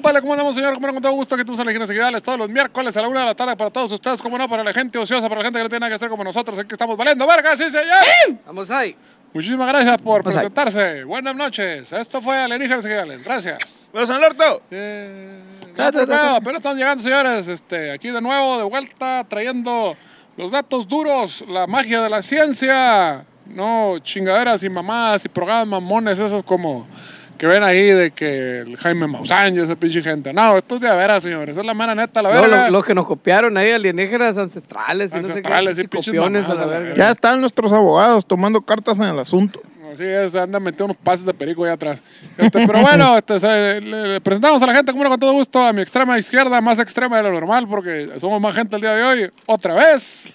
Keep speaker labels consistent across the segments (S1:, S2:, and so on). S1: Vale, ¿cómo andamos, señor? ¿Cómo andan? Con todo gusto que tú elegir seguidales todos los miércoles a la una de la tarde para todos ustedes, como no, para la gente ociosa, para la gente que no tiene nada que hacer como nosotros, aquí estamos valiendo verga, sí, señor.
S2: Vamos ahí.
S1: Muchísimas gracias por
S3: Pues ahí.
S1: presentarse. Buenas noches. Esto fue Alienígenas Seguidales. Gracias.
S4: ¡Vamos al orto!
S1: Eh,
S3: Ta, ta, ta, ta.
S1: Pero estamos llegando, señores. Este, aquí de nuevo, de vuelta, trayendo los datos duros, la magia de la ciencia. No chingaderas y mamadas y programas mamones, esos como que ven ahí de que el Jaime Maussan y esa pinche gente. No, esto es de a veras, señores. Esa es la mera neta, la
S2: No,
S1: verga.
S2: lo- los que nos copiaron ahí, alienígenas ancestrales, y no sé
S1: Ancestrales,
S2: qué,
S1: sí,
S2: y
S1: pinches
S2: copiones a
S1: mamadas,
S2: la
S1: a la
S2: verga.
S1: verga.
S4: Ya están nuestros abogados tomando cartas en el asunto.
S1: Así es, andan metiendo unos pases de perico ahí atrás. Este, pero bueno, este, se- le, le presentamos a la gente, como no, con todo gusto, a mi extrema izquierda, más extrema de lo normal, porque somos más gente el día de hoy, otra vez.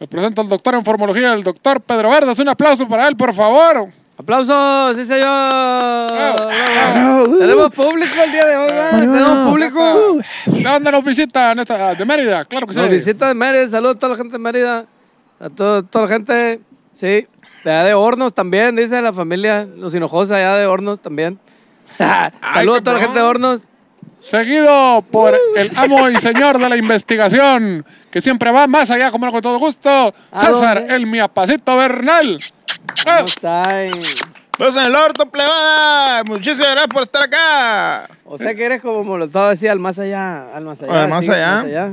S1: Les presento al doctor en formología, el doctor Pedro Verdes. Un aplauso para él, por favor.
S2: ¡Aplausos! ¡Sí, señor! Bravo.
S3: bravo.
S2: Tenemos público el día de hoy, ¿verdad?
S3: Bravo.
S2: Tenemos público.
S1: ¿De dónde nos visitan? Esta- ah, De Mérida, claro que sí.
S2: Nos visita de Mérida, saludos a toda la gente de Mérida, a todo- toda la gente, sí, de allá de Hornos también, dice la familia, los hinojosa allá de Hornos también. saludos a toda la gente de Hornos.
S1: Seguido por el amo y señor de la investigación, que siempre va más allá, como no, con todo gusto,
S2: ¿A
S1: César,
S2: dónde?
S1: el miapacito Bernal. ¡Ah!
S2: Vamos ahí.
S4: ¡Vamos al orto, plebada! Muchísimas gracias por estar acá.
S2: O sea que eres como Molotov, así, al más allá, al más allá.
S4: Al más
S2: sí,
S4: allá.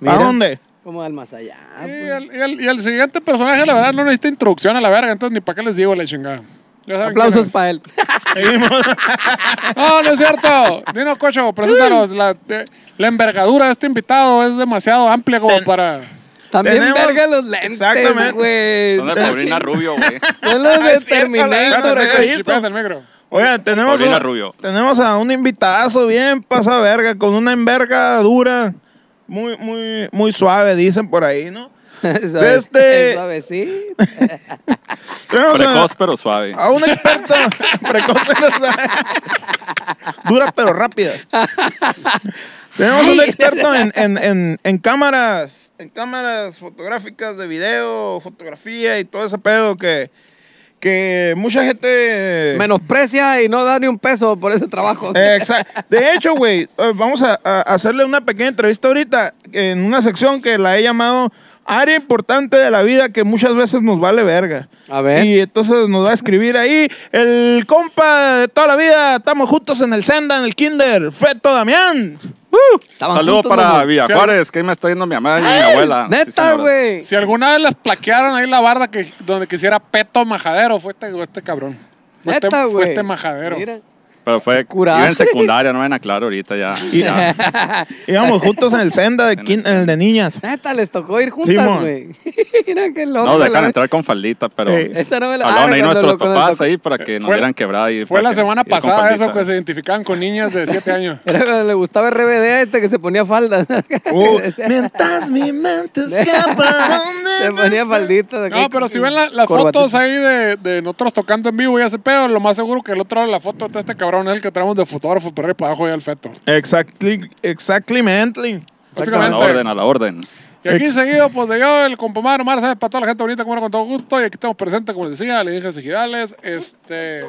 S2: Mira,
S4: ¿A dónde?
S2: Como al más allá.
S1: Y
S2: pues.
S1: el, y el- y el siguiente personaje, la verdad, no necesita introducción a la verga, entonces ni para qué les digo la chingada. Ya saben
S2: Aplausos
S1: quién
S2: para él.
S1: es. No, no es cierto. Dino Cocho, preséntanos. La, eh, la envergadura de este invitado es demasiado amplia como para.
S2: También
S4: Tenemos-
S2: verga los lentes,
S4: Exactamente.
S2: güey.
S5: Son de Paulina Rubio, güey.
S2: Son los
S4: Ah,
S2: de
S4: es cierto, la
S2: Terminator.
S4: verga,
S2: güey.
S4: sí.
S1: Shh, pégate el micro.
S4: Oigan, tenemos,
S5: Paulina
S4: un-
S5: Rubio.
S4: tenemos a un invitadazo bien pasa verga, con una enverga dura, muy, muy, muy suave, dicen por ahí, ¿no?
S2: Suave-
S4: Este-
S2: suavecito.
S4: Tenemos a,
S5: Precoz pero suave.
S4: a un experto precoz, pero suave. dura pero rápida. Tenemos un experto en, en- en- en cámaras, en cámaras fotográficas de video, fotografía y todo ese pedo que, que mucha gente...
S2: menosprecia y no da ni un peso por ese trabajo.
S4: Exacto. De hecho, güey, eh, vamos a, a hacerle una pequeña entrevista ahorita en una sección que la he llamado área importante de la vida que muchas veces nos vale verga.
S2: A ver.
S4: Y entonces nos va a escribir ahí el compa de toda la vida. Estamos juntos en el Senda, en el Kinder. Feto Damián.
S2: Estaban
S5: Saludo
S2: juntos,
S5: para
S2: mamá.
S5: Villa
S1: Sí,
S5: Juárez, que ahí me está yendo mi mamá y mi abuela. Sí,
S2: Neta,
S5: señora.
S2: güey.
S1: Si alguna vez les plaquearon ahí la barda que, donde quisiera peto majadero, fue este, fue este cabrón. Fue este-
S2: Neta, güey.
S1: Fue este majadero.
S2: Mira.
S5: Pero fue
S2: Curado.
S5: iba en secundaria, no ven a claro ahorita ya. ya.
S4: Íbamos juntos en el Senda, de kin- en el de niñas.
S2: Neta, les tocó ir
S4: Simón.
S2: juntas, güey. Mira qué loco.
S5: No,
S2: la
S5: dejan
S2: ve-
S5: entrar con faldita, pero
S4: Sí.
S2: Esa no me la
S5: hablaron
S2: ah,
S5: ahí
S2: cuando
S5: nuestros
S2: lo- cuando
S5: papás
S2: tocó-
S5: ahí para que nos
S1: Fue-
S5: dieran quebrada. y
S1: Fue
S5: para
S1: la
S5: que
S1: semana
S5: ir con
S1: pasada
S5: faldita.
S1: eso pues, que se identificaban con niñas de 7 años.
S2: Era cuando le gustaba RBD a este que se ponía falda.
S4: Uh, mientras mi mente escapa.
S2: se ponía faldita. de
S1: No,
S2: aquí.
S1: pero si ven la- las
S2: Corbatita.
S1: fotos ahí de, de nosotros tocando en vivo y ese pedo, lo más seguro que el otro lado de la foto está este cabrón, es el que traemos de fotógrafo por ahí para abajo y al feto.
S4: Exactly, exactamente.
S5: A
S1: Básicamente.
S5: la orden, a la orden.
S1: Y aquí seguido, pues de yo, el compadre Omar, ¿sabes? Para toda la gente bonita, como era, con todo gusto. Y aquí estamos presentes, como les decía, le dije Sigidales. Este.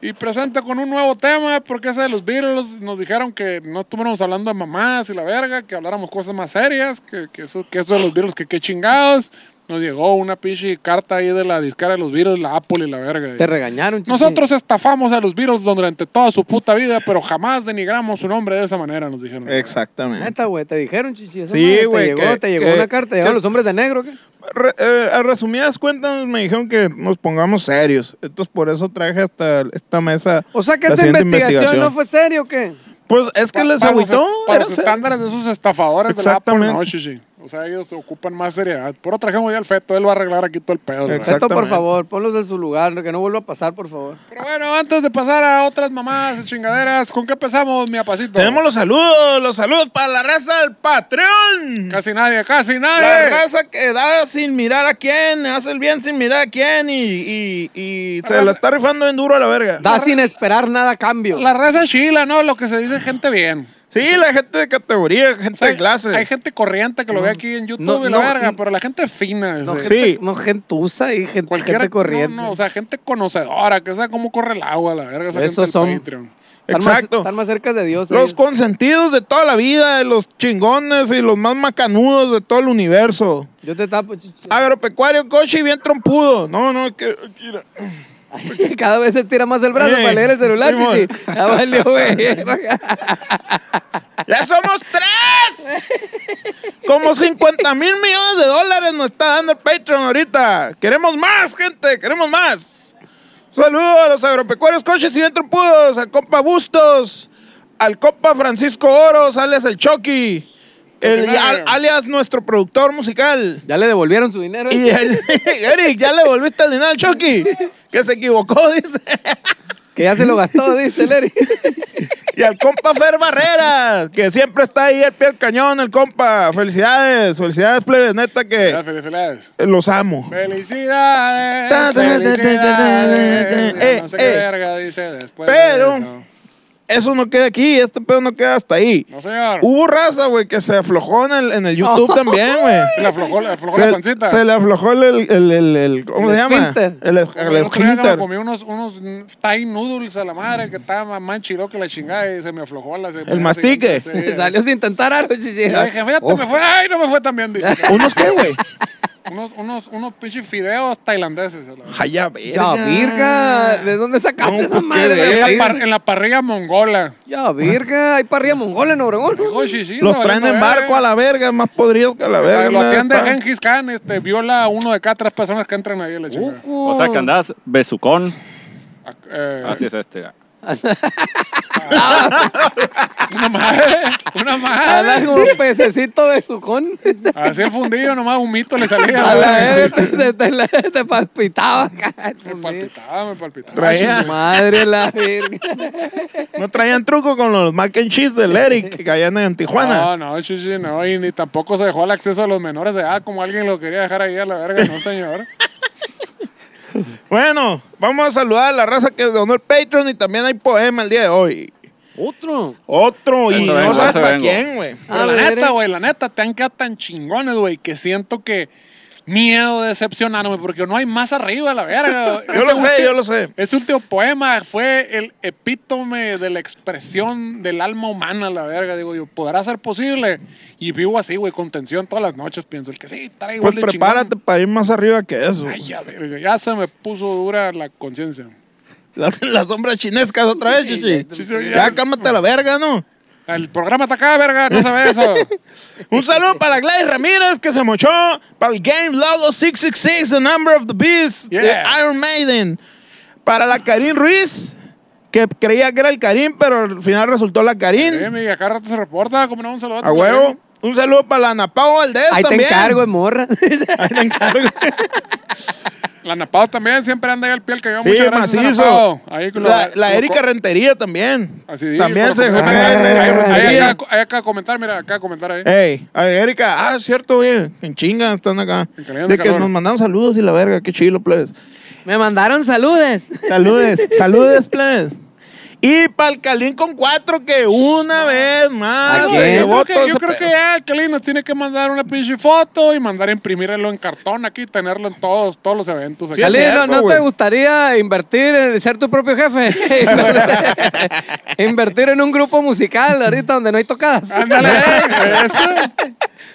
S1: Y presente con un nuevo tema, porque ese de los Beatles nos dijeron que no estuviéramos hablando de mamás y la verga, que habláramos cosas más serias, que, que eso, que eso de los Beatles, que qué chingados. Nos llegó una pinche carta ahí de la discara de los Beatles, la Apple y la verga.
S2: Te regañaron, chichi.
S1: Nosotros estafamos a los Beatles durante toda su puta vida, pero jamás denigramos su nombre de esa manera, nos dijeron.
S4: Exactamente.
S2: Neta, güey, te dijeron, chichi. esa
S4: Sí,
S2: madre
S4: güey,
S2: Te llegó,
S4: que-
S2: te llegó
S4: que-
S2: una carta. Te
S4: que-
S2: llegaron los hombres de negro. ¿qué?
S4: Re- eh, a resumidas cuentas me dijeron que nos pongamos serios. Entonces por eso traje hasta esta mesa.
S2: O sea que
S4: la
S2: esa
S4: siguiente
S2: investigación, no fue seria o qué?
S4: Pues es que
S1: Pa-
S4: les
S1: para los
S4: agüitó.
S1: est- Para
S4: era
S1: los
S4: ser-
S1: estándares de esos estafadores de la Apple,
S4: Exactamente.
S1: no, chichi. O sea, ellos ocupan más seriedad. Por otra trajimos ya al feto, él va a arreglar aquí todo el pedo. ¿verdad?
S4: Exacto.
S2: Esto, por
S4: Exactamente.
S2: favor, ponlos en su lugar, que no vuelva a pasar, por favor.
S1: Pero bueno, antes de pasar a otras mamás y chingaderas, ¿con qué empezamos, mi apacito?
S4: Tenemos los saludos, los saludos para la raza del Patreon.
S1: Casi nadie, casi
S4: La
S1: nadie.
S4: raza que da sin mirar a quién, hace el bien sin mirar a quién y, y- y se la está rifando en duro a la verga.
S2: Da sin esperar nada a cambio.
S1: La raza chila, ¿no? Lo que se dice gente bien.
S4: Sí, Sí, la gente de categoría, gente de clase.
S1: Hay gente corriente que lo ve aquí en YouTube
S2: No,
S1: y
S2: no,
S1: la verga,
S2: no.
S1: pero la gente fina.
S2: No,
S1: sí.
S4: gente-
S2: gente, no gentuza y gente,
S1: Cualquiera.
S2: gente corriente.
S1: No, no, o sea, gente conocedora, que sabe cómo corre el agua, la verga. Esa
S2: Esos
S1: gente del
S2: son.
S1: Patreon.
S2: están, más,
S4: Exacto.
S2: están más cerca de Dios.
S4: Los
S2: ellos.
S4: consentidos de toda la vida, de los chingones y los más macanudos de todo el universo.
S2: Yo te tapo. ch- ch-
S4: Ah. Agropecuario, coche y bien trompudo. No, no, es que. mira.
S2: Cada vez se tira más el brazo
S4: Ey,
S2: para leer el celular.
S4: Simón.
S2: chichi. Ya valió, güey.
S4: ¡Ya somos tres! Como 50 mil millones de dólares nos está dando el Patreon ahorita. Queremos más, gente, queremos más. Saludos a los agropecuarios, coches y bien trompudos, al compa Bustos, al compa Francisco Oros, alias el Chucky, el- al- alias nuestro productor musical.
S2: Ya le devolvieron su dinero.
S4: Y el, Eric, ya le volviste el dinero al Chucky, que se equivocó, dice.
S2: Que ya se lo gastó, dice Larry.
S4: Y al compa Fer Barreras, que siempre está ahí al pie del cañón, el compa. Felicidades, felicidades, plebes, neta
S1: Ya,
S4: que
S1: Felicidades.
S4: los amo.
S1: Felicidades.
S4: Ta, ta, ta, ta, ta, ta, ta,
S1: felicidades.
S4: ta, ta,
S1: Ya No sé
S4: eh,
S1: qué
S4: eh.
S1: verga dice después.
S4: Pero-
S1: de eso.
S4: Eso no queda aquí, este pedo no queda hasta ahí.
S1: No, señor.
S4: Hubo raza, güey, que se aflojó en el, en el YouTube también, güey.
S1: Se le aflojó, le aflojó la pancita.
S4: Se, se le aflojó el, el, el, el- el- ¿cómo
S2: El
S4: se llama?
S2: esfínter.
S4: El,
S1: Yo
S4: el,
S1: el otro día me
S4: esfínter.
S1: comí unos, unos Thai noodles a la madre que estaba más chilo que la chingada y se me aflojó la se-
S4: El mastique.
S1: Sí.
S2: Salió sin tentar algo, chichi.
S1: Yo dije, fíjate, me fue, ay, no me fue tan bien. dije.
S4: ¿Unos qué, güey?
S1: unos, unos, unos pinches fideos tailandeses. a la verga.
S4: Ay, ya, verga.
S2: Ya, virga. ¿De dónde sacaste
S4: No,
S2: esa
S4: pues,
S2: madre?
S1: En
S4: qué
S2: de
S1: la,
S2: la
S4: verga.
S1: par-
S2: vida?
S1: en la parrilla mongola.
S2: Ya, virga. Hay parrilla mongola en Obregón.
S1: Hijo de chichín,
S4: Los
S1: no,
S4: traen
S1: valiendo
S4: en barco
S1: verga.
S4: a la verga, más podridos que a la verga.
S1: eh". Lo
S4: nada,
S1: atiende
S4: está. Uh.
S1: Genghis Khan, este, viola a uno de cada tres personas que entran ahí a la chingada.
S5: O sea que andás besucón.
S1: Ah, eh,
S5: Así es este.
S1: Una madre, una madre.
S2: Hablas como un pececito de sucón.
S1: Así el fundillo, nomás un mito le salía.
S2: A la verga, te, te- te- te palpitaba acá.
S1: Me palpitaba, me palpitaba.
S4: Traía-
S2: Ay, su Madre la virga.
S4: No traían truco con los mac and cheese del Eric que allá en
S1: No,
S4: Tijuana.
S1: no, chichi, no. Y ni tampoco se dejó el acceso a los menores de edad, como alguien lo quería dejar ahí a la verga, no, señor.
S4: Bueno, vamos a saludar a la raza que donó el Patreon y también hay poema el día de hoy.
S2: Otro.
S4: Otro, y
S5: Eso
S4: no
S5: vengo,
S4: sabes
S5: eso
S4: para
S5: vengo.
S4: quién, güey.
S1: Pero
S2: A
S1: la
S2: ver,
S1: neta,
S2: eh.
S1: güey, la neta, te han quedado tan chingones, güey, que siento que miedo de decepcionarme porque no hay más arriba, la verga.
S4: Yo lo sé, yo lo sé.
S1: Ese último poema fue el epítome de la expresión del alma humana, la verga. Digo yo, ¿podrá ser posible? Y vivo así, güey, con tensión todas las noches. Pienso, el que sí, trae igual
S4: Pues
S1: de chingón.
S4: prepárate para ir más arriba que eso.
S1: Ay, ya, verga, ya se me puso dura la conciencia.
S4: La, la sombra chinesca otra vez, chichi.
S1: Sí, sí,
S4: Ya
S1: ya.
S4: cálmate a la verga, ¿no?
S1: El programa está acá, verga, no sabe eso.
S4: Un saludo para Gladys Ramírez que se mochó, para el Game Lodo 666, The Number of the Beast, de
S1: Yeah.
S4: Iron Maiden, para la Karin Ruiz, que creía que era el Karim, pero al final resultó la Karin.
S1: Eh, mi, acá rato se reporta, como no, un saludo.
S4: A huevo. Un saludo para la Ana Pao Valdés
S2: Ahí te
S4: también.
S2: encargo, eh, morra.
S4: Ahí te encargo.
S1: La Napao también siempre anda ahí al pie al cañón.
S4: Sí,
S1: Muchas gracias,
S4: macizo.
S1: Napao. Ahí con
S4: la,
S1: con
S4: la Erika Rentería también.
S1: Así digo,
S4: También
S1: con-
S4: se
S1: con-
S4: fue.
S1: Ahí acá- ahí
S4: Rentería.
S1: acá- ahí acá comentar, mira, acá comentar ahí.
S4: Ey, a ver, Erika, ah, cierto, oye, en chinga están acá.
S1: En caliente
S4: De que
S1: calor.
S4: nos mandaron saludos y la verga, qué chilo, pues. plebes.
S2: Me mandaron saludes.
S4: Saludes, saludes, plebes. Y para el Calín con cuatro, que una vez más.
S2: ¿A
S1: Ah, No,
S4: se
S2: quién?
S1: yo
S4: llevó
S1: creo que,
S4: todo
S1: yo
S4: ese
S1: creo que
S4: pedo.
S1: ya Kelly nos tiene que mandar una pinche foto y mandar a imprimirlo en cartón aquí, tenerlo en todos, todos los eventos. aquí.
S4: Sí,
S2: Cali,
S4: es
S2: ¿no,
S4: cierto,
S2: no te
S4: güey.
S2: gustaría invertir en ser tu propio jefe? invertir en un grupo musical ahorita donde no hay tocadas.
S1: Ándale, eh, eso.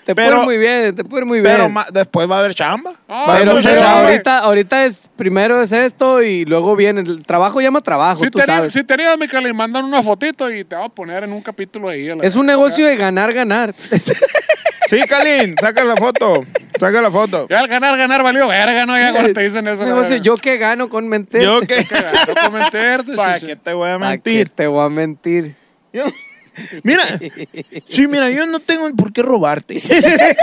S2: Te puede
S4: Pero-
S2: ir muy bien, te puede ir muy
S4: Pero
S2: bien.
S4: ma- después va a haber chamba.
S1: Ah,
S4: va a haber
S2: pero,
S4: mucha
S2: pero
S4: chamba.
S2: ahorita, ahorita es primero es esto y luego viene el trabajo llama trabajo,
S1: Si
S2: tú
S1: tenía,
S2: sabes.
S1: si tenía, mi Kelly, mandan una fotito y te va a poner en un capítulo ahí. a la-
S2: es un negocio de ganar, ganar.
S4: Sí, Calín, saca la foto. Saca la foto.
S1: Ya al ganar, ganar valió verga, ¿no? Ya cuando te dicen eso.
S2: Un
S1: la
S2: negocio,
S1: verga.
S2: yo que gano con mentir.
S4: Yo que.
S1: Claro, comentarte,
S4: ¿Para
S1: sí,
S4: qué
S1: sí.
S4: te voy a
S2: ¿Pa' qué
S4: mentir?
S2: Te voy a mentir.
S4: Yo- mira, sí, mira, yo no tengo por qué robarte.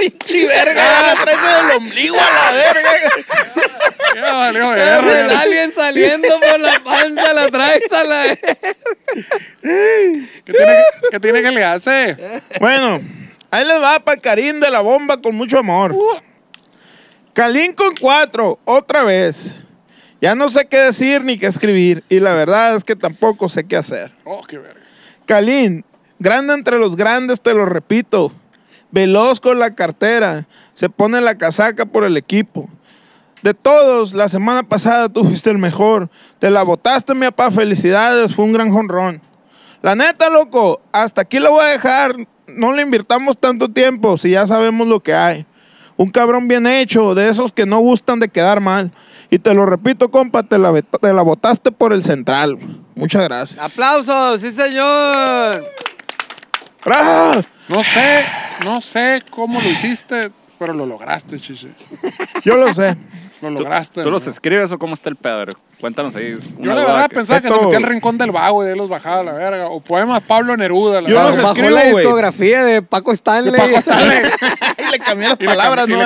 S4: Pinche verga, la traes del ombligo a la verga.
S1: Ya valió
S2: El
S1: verga.
S2: alien saliendo por la panza, la eh. traes a la...
S1: ¿Qué tiene, que- qué tiene que le hace?
S4: Bueno, ahí les va para Karim de la bomba con mucho amor. Kalin con cuatro, otra vez. Ya no sé qué decir ni qué escribir y la verdad es que tampoco sé qué hacer.
S1: Oh, qué verga.
S4: Kalin, grande entre los grandes, te lo repito. Veloz con la cartera, se pone la casaca por el equipo. De todos, la semana pasada tú fuiste el mejor. Te la botaste, mi papá. Felicidades, fue un gran jonrón. La neta, loco, hasta aquí lo voy a dejar. No le invirtamos tanto tiempo si ya sabemos lo que hay. Un cabrón bien hecho, de esos que no gustan de quedar mal. Y te lo repito, compa, te la, bet- te la botaste por el central. Muchas gracias.
S2: ¡Aplausos! ¡Sí, señor!
S4: ¡Ah!
S1: No sé, no sé cómo lo hiciste, pero lo lograste, chiche.
S4: Yo lo sé.
S1: Lo
S5: ¿Tú,
S1: lograste.
S5: ¿Tú los
S1: ¿no?
S5: escribes o cómo está el pedo? A ver, Cuéntanos ahí.
S1: Yo
S5: una
S1: la
S5: duda
S1: verdad
S5: que-
S1: pensaba que se
S4: Beto.
S1: metía al rincón del vago y de ahí los bajaba a la verga. O poemas Pablo Neruda. La
S4: Yo
S1: verga.
S4: los
S2: Bajo
S4: escribo,
S2: la
S4: güey.
S2: discografía de Paco Stanley.
S1: De Paco Stanley.
S4: y le cambié las
S1: Y le
S4: palabras,
S1: cam- y
S4: ¿no?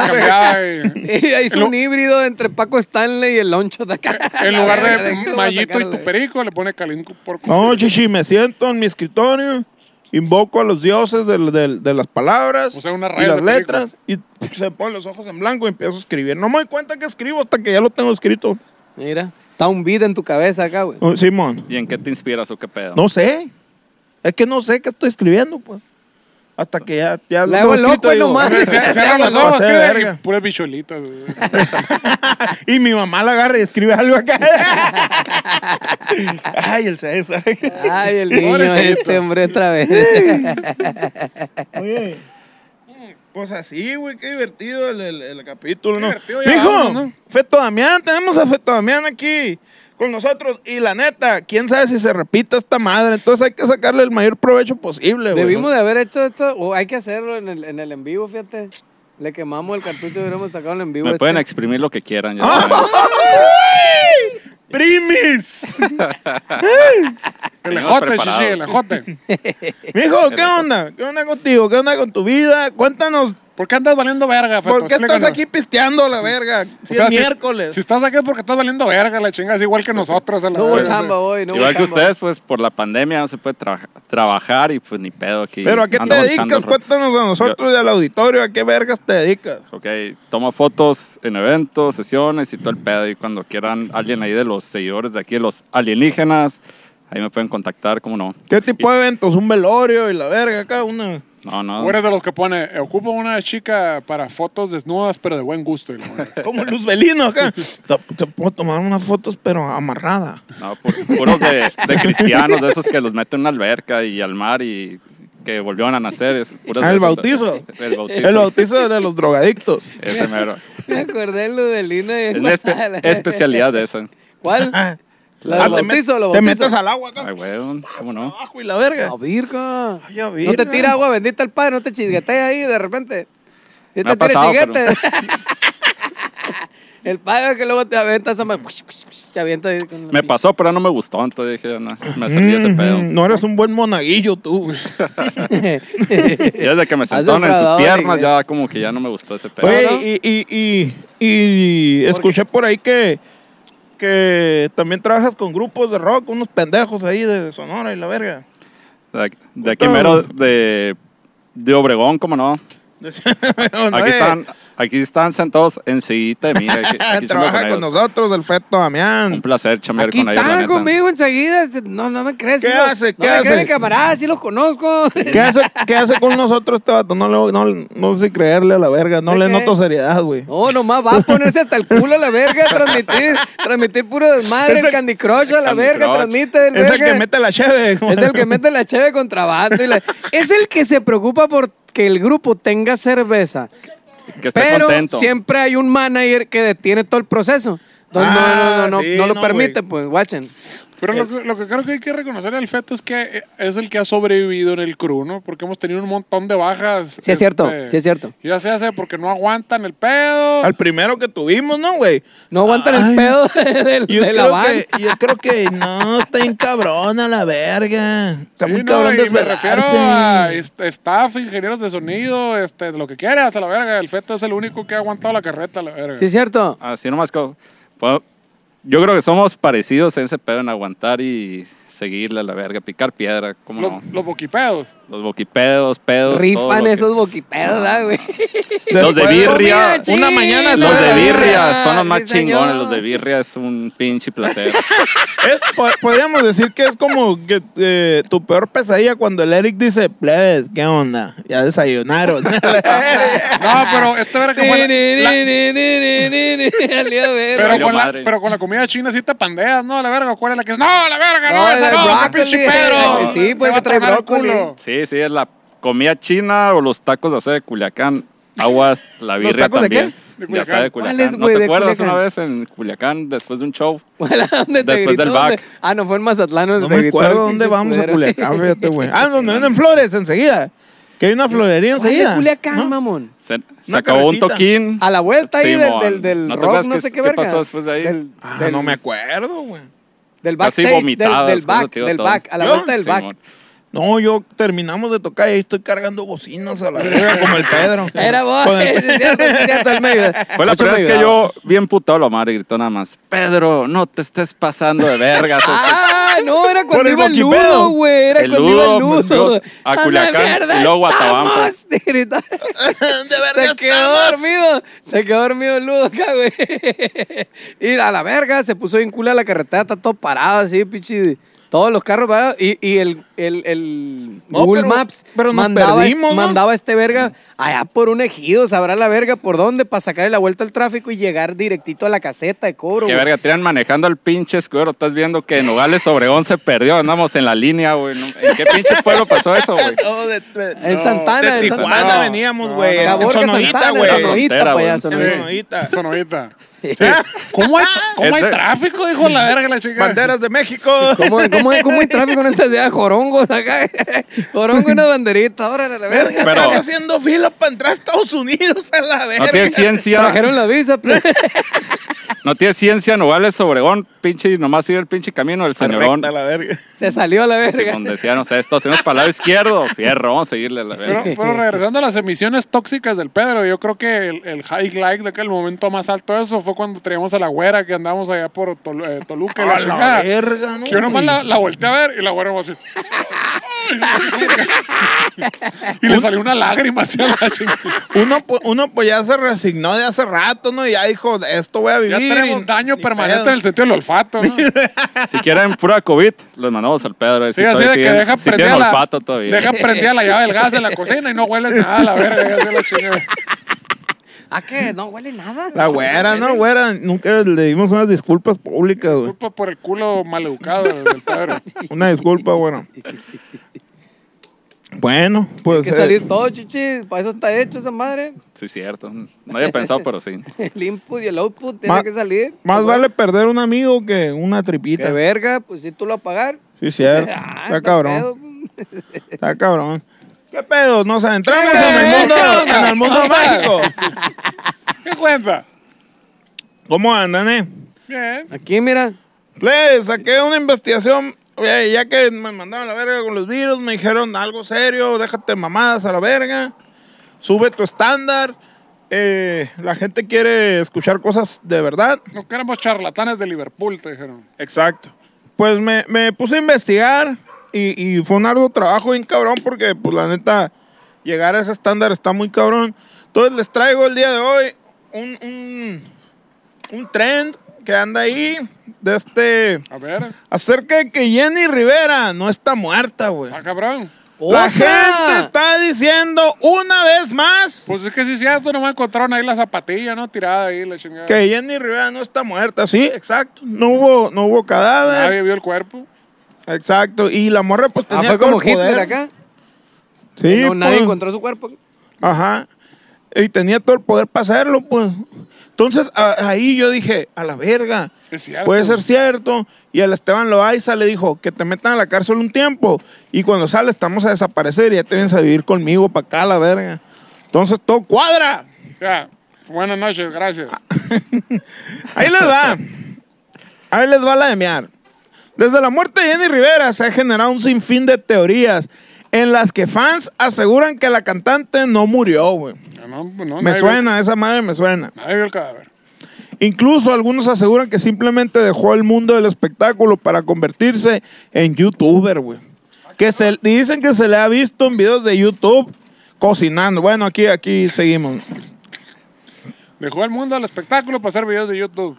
S1: le cambiaba, y-
S2: Hizo un híbrido entre Paco Stanley y el loncho de acá.
S1: En lugar
S2: A ver,
S1: de
S2: déjalo
S1: Mallito y tu
S2: sacarle.
S1: perico, le pone Calín por
S4: No, chichi, me siento en mi escritorio, invoco a los dioses del- del- de las palabras
S1: O sea, una
S4: y
S1: raya
S4: las
S1: de
S4: letras, y se ponen los ojos en blanco y empiezo a escribir. No me doy cuenta que escribo hasta que ya lo tengo escrito.
S2: Mira, está un beat en tu cabeza acá, güey.
S4: Oh, Simón,
S5: ¿Y en qué te inspiras o qué pedo?
S4: no sé. Es que no sé qué estoy escribiendo, pues. Hasta que ya, ya
S2: Le hago el loco y
S4: digo,
S2: nomás.
S1: Cier- Cierra los ojos,
S4: Pasé de
S1: tío,
S4: verga.
S1: y puras bicholitas. güey.
S4: Y mi mamá la agarra y escribe algo acá. Ay, el César.
S2: Ay, el niño
S1: Pobrecito.
S2: este hombre otra vez.
S4: Oye, pues así, güey, qué divertido el, el- el capítulo, ¿no?
S1: divertido, ya
S4: Hijo,
S1: vámonos, ¿no?
S4: Feto Damián, tenemos a Feto Damián aquí con nosotros. Y la neta, quién sabe si se repita esta madre. Entonces hay que sacarle el mayor provecho posible, güey.
S2: Debimos de haber hecho esto, o hay que hacerlo en el en, el en vivo, fíjate. Le quemamos el cartucho y hubiéramos sacado el en vivo.
S5: Me
S2: este.
S5: pueden exprimir lo que quieran. ya
S4: Ah.
S5: saben.
S4: ¡Ay! ¡Primis!
S1: El
S5: Venimos
S1: ejote,
S5: preparados.
S1: chichi, el ejote.
S4: Mijo, ¿qué onda? ¿Qué onda contigo? ¿Qué onda con tu vida? Cuéntanos,
S1: ¿Por qué andas valiendo verga, Feto?
S4: ¿por qué estás
S1: Explícanos.
S4: aquí pisteando a la verga? Si
S1: O sea,
S4: es
S1: si-
S4: miércoles.
S1: Si, estás aquí es porque estás valiendo verga, la chingada. Es igual que nosotros. A la
S2: No hubo
S1: verga,
S2: chamba
S1: sí.
S2: hoy, no hubo
S5: Igual que
S2: chamba.
S5: ustedes, pues por la pandemia no se puede trabaja- trabajar y pues ni pedo aquí.
S4: ¿Pero a qué te
S5: Andamos echando
S4: dedicas?
S5: el ro-
S4: Cuéntanos a nosotros y al auditorio, ¿a qué vergas te dedicas?
S5: Ok, toma fotos en eventos, sesiones y todo el pedo. Y cuando quieran alguien ahí de los seguidores de aquí, de los alienígenas, ahí me pueden contactar, ¿cómo no?
S4: ¿Qué tipo de eventos? Un velorio y la verga, cada una.
S5: No, no.
S1: O eres de los que pone, eh, ocupo una chica para fotos desnudas, pero de buen gusto. y la verga.
S4: Como Luz Belino acá. Te, te puedo tomar unas fotos, pero amarrada.
S5: No, pu- puros de, de cristianos, de esos que los meten en una alberca y al mar y que volvieron a nacer. Es puros
S4: Ah, el
S5: de esos.
S4: bautizo.
S5: El bautizo.
S4: El bautizo de los drogadictos.
S5: Ese mero.
S2: Me acordé lo de Lina y
S5: Es una espe- especialidad de esa.
S2: ¿Cuál?
S4: Ah,
S2: ¿La del
S4: te, met-
S2: bautizo, lo
S4: te
S2: bautizo?
S4: metes al agua acá.
S5: Ay, güey, ¿cómo no?
S4: Abajo y la verga.
S2: No, pues, virga.
S4: Ay, a
S2: No te
S4: virga.
S2: tira agua bendita el padre, no te chisguetees ahí de repente. Si
S5: Me
S2: te tira
S5: ha pasado,
S2: chiguete. el padre que luego te avienta esa ma- Te avienta ahí con la-
S5: Me pasó, pero no me gustó, entonces dije, no, me serví ese
S4: Mm,
S5: pedo.
S4: No eres un buen monaguillo tú.
S5: Y desde que me sentaron en sus
S2: defraudado a la
S5: piernas,
S2: iglesia.
S5: ya como que ya no me gustó ese pedo.
S4: Oye,
S2: ¿no?
S4: y, y, y, y escuché por ahí que, que también trabajas con grupos de rock, unos pendejos ahí de Sonora y la verga.
S5: De, aquí- de aquí mero, de, de Obregón, ¿cómo no? Aquí están, aquí están sentados enseguida de mí. Aquí, aquí siempre
S4: Trabaja con
S5: ellos.
S4: nosotros el feto Damián.
S5: Un placer chambear
S2: Aquí
S5: con ellos, la
S2: están
S5: neta.
S2: conmigo enseguida. No, no me crees.
S4: ¿Qué
S2: sí lo-
S4: hace?
S2: No
S4: ¿Qué
S2: me
S4: hace?
S2: creen, camarada, sí los conozco.
S4: ¿Qué hace, ¿Qué hace con nosotros este vato? No, le, no, no sé si creerle a la verga. No
S2: ¿De
S4: le
S2: qué?
S4: noto seriedad, güey.
S2: No, nomás va a ponerse hasta el culo a la verga, transmitir, transmitir puro desmadre,
S4: Es
S2: el
S4: el-
S2: Candy Crush a la
S5: Candy
S2: verga,
S5: Crush.
S2: transmite el
S4: es el
S2: verga.
S4: que mete la cheve.
S2: Es el que mete la cheve contrabando. y la- Es el que se preocupa por que el grupo tenga cerveza.
S5: Que esté
S2: Pero
S5: contento.
S2: siempre hay un manager que detiene todo el proceso. Entonces,
S4: Ah,
S2: no, no, no, no,
S4: sí,
S2: no lo
S4: no,
S2: permite, pues, guachen.
S1: Pero
S2: Eh,
S1: lo, que- lo que creo que hay que reconocer al Feto es que eh, es el que ha sobrevivido en el crew, ¿no? Porque hemos tenido un montón de bajas. este,
S2: Sí, es cierto, sí, es cierto.
S1: Y ya se hace porque no aguantan el pedo.
S4: Al primero que tuvimos, ¿no, güey?
S2: No aguantan el pedo de,
S4: Yo,
S2: de la
S4: creo
S2: van.
S4: que, yo creo que no, está bien cabrón a la verga. Está
S1: Sí,
S4: muy
S1: no,
S4: cabrón
S1: y me refiero a
S4: desvelarse.
S1: est- staff, ingenieros de sonido, este, lo que quieras, a la verga. El Feto es el único que ha aguantado la carreta, a la verga.
S2: Sí, es cierto.
S5: Así nomás que... pues, yo creo que somos parecidos en ese pedo en aguantar y seguirle a la verga, picar piedra, ¿cómo
S1: Los,
S5: no?
S1: los boquipedos.
S5: Los boquipedos, pedos. todo lo
S2: Rifan
S5: que-
S2: esos boquipedos, ¿verdad, güey.
S5: Los de
S4: Después-
S5: birria.
S2: Comida china.
S4: Una mañana
S5: Los de
S4: Ah,
S5: birria son los más
S2: sí, señor.
S5: chingones. Los de birria es un pinche placer.
S4: Es- po- podríamos decir que es como que, eh, tu peor pesadilla cuando el Eric dice, plebes, ¿qué onda? Ya desayunaron.
S1: No, pero esta verga que fue la- la- Pero
S5: Valió
S1: con, la,
S5: madre.
S1: pero con la comida china sí te pandeas, ¿no? La verga, ¿cuál es la que es? No, la verga, no,
S2: No,
S1: esa
S2: el
S1: no, qué
S2: brócoli,
S1: pinche pedo.
S2: la que sí, pues,
S1: Me va a
S2: que trae
S1: tronar el
S2: brócoli.
S1: culo.
S5: Sí, sí, es la comida china o los tacos de asada de Culiacán. Aguas, la
S4: ¿Los
S5: birria
S4: tacos de
S5: también.
S1: qué? De
S5: De asada de
S2: Culiacán.
S5: Culiacán.
S2: ¿Cuáles,
S5: ¿No
S2: güey,
S5: te
S2: de
S5: acuerdas una
S2: Culiacán?
S5: vez en Culiacán después de un show?
S2: ¿Dónde te
S5: Después
S2: gritó?
S5: del back.
S2: ¿Dónde? Ah, no, fue en Mazatlán. donde
S4: No
S2: te
S4: me
S2: gritó
S4: acuerdo
S2: el
S4: dónde
S2: pinche
S4: vamos a
S2: culero.
S4: Culiacán, fíjate, güey. Ah, donde venden flores enseguida. Que hay una florería
S2: ¿Cuál es
S4: enseguida.
S2: Culiacán,
S4: ¿no?
S2: mamón?
S5: Se, se
S4: Una
S5: acabó un
S4: carretita.
S5: toquín.
S2: A la vuelta ahí
S5: Sí,
S2: del,
S5: mon.
S2: del, del
S5: ¿No te
S2: rock,
S5: acuerdas
S2: no
S5: qué-
S2: sé qué
S5: qué
S2: verga.
S5: pasó después de ahí?
S2: Del,
S4: Ah,
S2: del-
S4: no me acuerdo, güey.
S2: Del
S5: Casi
S2: backstage, del,
S5: vomitadas,
S2: del
S5: cosas
S2: back,
S5: te digo
S2: del
S5: todo.
S2: back, a la
S4: ¿Yo?
S2: vuelta del back.
S5: Simón.
S4: No, yo terminamos de tocar y ahí estoy cargando bocinas a la verga como el Pedro.
S2: Era vos,
S4: Con el-
S2: es cierto, es cierto, él me ayudó.
S5: Fue la
S2: Ocho
S5: primera
S2: me
S5: vez que
S2: ayudaba.
S5: yo, bien putado, lo madre gritó nada más: Pedro, no te estés pasando de vergas. este
S2: Ah, no, era
S4: Por
S2: cuando
S4: el
S2: iba el
S4: boquipedo.
S2: nudo, güey. Era
S5: El
S2: cuando iba el
S5: nudo, pues,
S2: nudo.
S5: luego a Culiacán y luego a Tabampo.
S2: Tabampo.
S4: De verga
S2: Se quedó
S4: estamos.
S2: dormido, se quedó dormido el Ludo acá, güey. Y a la verga, se puso bien culo a la carretera, está todo parado así, pichi. Todos los carros parados. Y, y el, el, el
S4: No,
S2: Google
S4: pero-
S2: Maps
S4: pero nos
S2: mandaba,
S4: perdimos, ¿no?
S2: mandaba a este verga allá por un ejido, sabrá la verga por dónde, para sacarle la vuelta al tráfico y llegar directito a la caseta de cobro.
S5: Qué
S2: güey.
S5: verga, tiran manejando al pinche escudero. Estás viendo que Nogales Obregón se perdió. Andamos en la línea, güey. ¿no? ¿En qué pinche pueblo pasó eso, güey?
S4: Oh, de- de-
S2: En Santana,
S4: de
S2: en
S4: Tijuana
S2: Santana.
S4: veníamos,
S1: No,
S4: güey.
S1: no,
S4: en-
S1: no.
S4: en
S2: Caborca,
S4: Sonorita,
S2: Santana,
S4: güey.
S2: en Sonorita, pues,
S5: Frontera, güey.
S2: allá, Sonorita.
S4: Sonorita.
S1: Sonorita. Sí. ¿Cómo hay, cómo hay
S5: Ese-
S1: tráfico? Dijo la verga la chica.
S4: Banderas de México.
S2: ¿Cómo, cómo, ¿Cómo hay tráfico en esta ciudad? Jorongo, acá. Jorongo, una banderita. Órale, la verga.
S4: Verga,
S5: Pero-
S4: estás haciendo fila para entrar a Estados Unidos a la verga.
S5: No tiene ciencia.
S2: Trajeron la visa. ple-
S5: No tiene ciencia Nogales Obregón. Pinche, nomás sigue el pinche camino del
S4: Correcta,
S5: señorón.
S4: la verga.
S2: Se salió a la verga.
S5: Donde decían, o sea, esto hacemos para el lado izquierdo. Fierro, vamos a seguirle la
S1: Pero,
S5: verga.
S1: pero regresando a las emisiones tóxicas del Pedro, yo creo que el, el high like de aquel momento más alto de eso fue cuando traíamos a la güera que andábamos allá por Tol- eh, Toluca. y la
S4: A
S1: chingada.
S4: la verga, ¿no?
S1: Que yo nomás la, la volteé a ver y la güera me así. y le salió una lágrima así a la chingada.
S4: Uno, pu- uno pues ya se resignó de hace rato, ¿no? Y ya dijo, esto voy a
S1: Ya
S4: vivir.
S1: tenemos
S4: y-
S1: daño
S4: ni
S1: permanente
S4: pedo.
S1: en el sentido del olfato, ¿no?
S5: Si quieren pura COVID, los mandamos al Pedro. a ver
S1: Sí,
S5: si
S1: así de
S5: todavía
S1: que
S5: siguen-
S1: deja
S5: si
S1: prendida
S5: tienen
S1: la,
S5: olfato todavía.
S1: deja prendida la llave del gas de la cocina y no hueles nada, la verga. ya se la chingada.
S2: ¿A qué? No huele nada.
S4: La güera, ¿no? Güera, nunca le dimos unas disculpas públicas, güey.
S1: Culpa por el culo maleducado del Pedro.
S4: Una disculpa, bueno. Bueno, pues.
S2: Hay que
S4: eh,
S2: salir todo, chichi. Para eso está hecho esa madre.
S5: Sí, cierto. No había pensado, pero sí.
S2: El input y el output
S4: ma-
S2: tiene que salir.
S4: Más
S2: Pues Bueno,
S4: vale perder un amigo que una
S2: Que
S4: tripita.
S2: verga, pues si tú lo apagar.
S4: Sí, cierto.
S2: Ah,
S4: Está
S2: qué pedo.
S4: cabrón. Está cabrón. ¿Qué pedo? Nos adentramos en el
S1: ¿Qué
S4: mundo,
S1: onda?
S4: en el mundo mágico.
S1: ¿Qué cuenta?
S4: ¿Cómo andan, eh?
S1: Bien.
S2: Aquí, mira.
S4: Le saqué una investigación. eh, Ya que me mandaron a la verga con los virus, me dijeron algo serio, déjate mamadas a la verga, sube tu estándar. eh, la gente quiere escuchar cosas de verdad.
S1: No queremos charlatanes de Liverpool, te dijeron.
S4: Exacto. Pues me, me puse a investigar y, y fue un arduo trabajo bien cabrón porque, pues la neta, llegar a ese estándar está muy cabrón. Entonces les traigo el día de hoy un, un, un trend que anda ahí de este...
S1: A ver.
S4: Acerca de que Jenny Rivera no está muerta, güey.
S1: Ah, cabrón.
S4: La
S2: ¡Otra!
S4: gente está diciendo una vez más
S1: Pues es que sí es cierto, no me encontraron ahí la zapatilla, ¿no? Tirada ahí, la chingada.
S4: que Jenny Rivera no está muerta. Sí, exacto. No hubo, no hubo cadáver.
S1: Nadie vio el cuerpo.
S4: Exacto. Y la morra pues
S2: Ah,
S4: tenía
S2: fue
S4: todo
S2: como
S4: el poder.
S2: Hitler acá.
S4: Sí,
S2: no, nadie
S4: pues,
S2: encontró su cuerpo.
S4: Ajá. Y tenía todo el poder para hacerlo, pues. Entonces a- ahí yo dije, a la verga.
S1: Es cierto.
S4: Puede ser cierto. Y al Esteban Loaiza le dijo que te metan a la cárcel un tiempo. Y cuando sales estamos a desaparecer y ya te vienes a vivir conmigo para acá, la verga. Entonces todo cuadra.
S1: Ya. Buenas noches, gracias.
S4: Ah. Ahí les va. Ahí les va la de mear. Desde la muerte de Jenny Rivera se ha generado un sinfín de teorías en las que fans aseguran que la cantante no murió, güey.
S1: No, pues no,
S4: Me
S1: nadie
S4: suena, esa madre me suena.
S1: vio- nadie vio el cadáver.
S4: Incluso algunos aseguran que simplemente dejó el mundo del espectáculo para convertirse en youtuber, güey. Que se, dicen que se le ha visto en videos de YouTube cocinando. Bueno, aquí, aquí seguimos.
S1: Dejó el mundo al espectáculo para hacer videos de YouTube.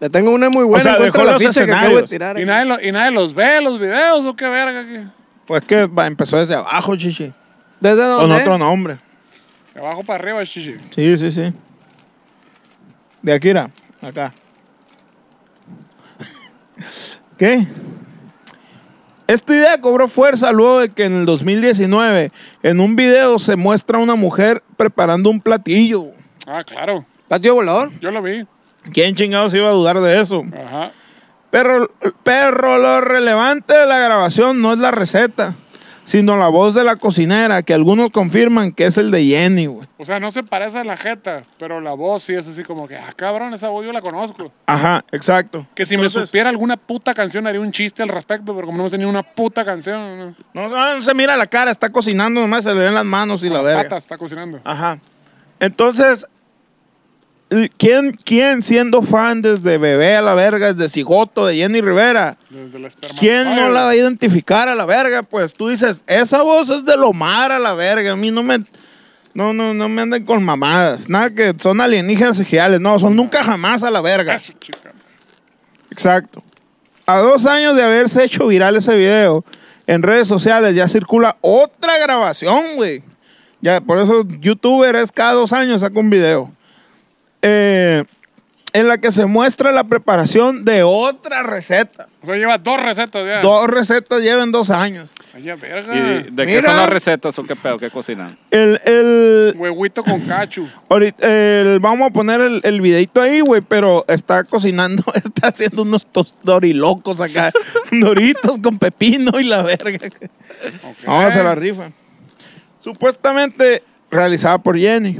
S2: Le tengo una muy buena.
S4: O sea,
S2: en contra
S4: dejó
S2: de
S4: los
S2: ficha que acabo de
S4: escenarios.
S2: tirar
S1: Y
S2: aquí.
S1: nadie, lo- y nadie los ve, los videos, o qué verga. qué?
S4: Pues que va- empezó desde abajo, chichi.
S2: ¿Desde
S4: Con
S2: dónde?
S4: otro nombre.
S1: De abajo para arriba, chichi.
S4: Sí, sí, sí. De Akira, acá. ¿Qué? Esta idea cobró fuerza luego de que en el 2019, en un video se muestra una mujer preparando un platillo.
S1: Ah, claro.
S2: ¿Patio volador?
S1: Yo lo vi.
S4: ¿Quién chingados iba a dudar de eso?
S1: Ajá.
S4: Pero, pero lo relevante de la grabación no es la receta, sino la voz de la cocinera, que algunos confirman que es el de Jenny, güey.
S1: O sea, no se parece a la jeta, pero la voz sí es así como que, ah, cabrón, esa voz yo la conozco.
S4: Ajá, exacto.
S1: Que si me supiera alguna puta canción haría un chiste al respecto, pero como no me sé ni una puta canción, no.
S4: No, no, no se mira la cara, está cocinando, nomás se le ven las manos y la verga. Ah.
S1: Patas está cocinando.
S4: Ajá. Entonces, ¿quién, ¿quién siendo fan desde bebé a la verga, desde cigoto de Jenny Rivera,
S1: Desde el
S4: quién no
S1: espermatozoide.
S4: la va a identificar a la verga? Pues tú dices, esa voz es de Lomar a la verga, a mí no me... No, no, no me anden con mamadas. Nada que son alienígenas ejidales. No, son nunca jamás a la verga.
S1: Eso, chica.
S4: Exacto. A dos años de haberse hecho viral ese video, en redes sociales ya circula otra grabación, güey. Ya, por eso youtuber es cada dos años saca un video. Eh, en la que se muestra la preparación de otra receta.
S1: O sea, lleva dos recetas ya.
S4: Dos recetas llevan dos años.
S1: Ay, ya, verga.
S5: ¿Y de qué
S2: Mira.
S5: son las recetas o qué pedo? ¿Qué cocinan?
S4: El, el,
S1: Huehuito con cachu.
S4: ahorita- el- vamos a poner el, el videito ahí, güey, pero está cocinando, está haciendo unos tos- dorilocos acá. Doritos con pepino y la verga.
S1: Ok.
S4: Vamos a la rifa. Supuestamente realizada por Jenny.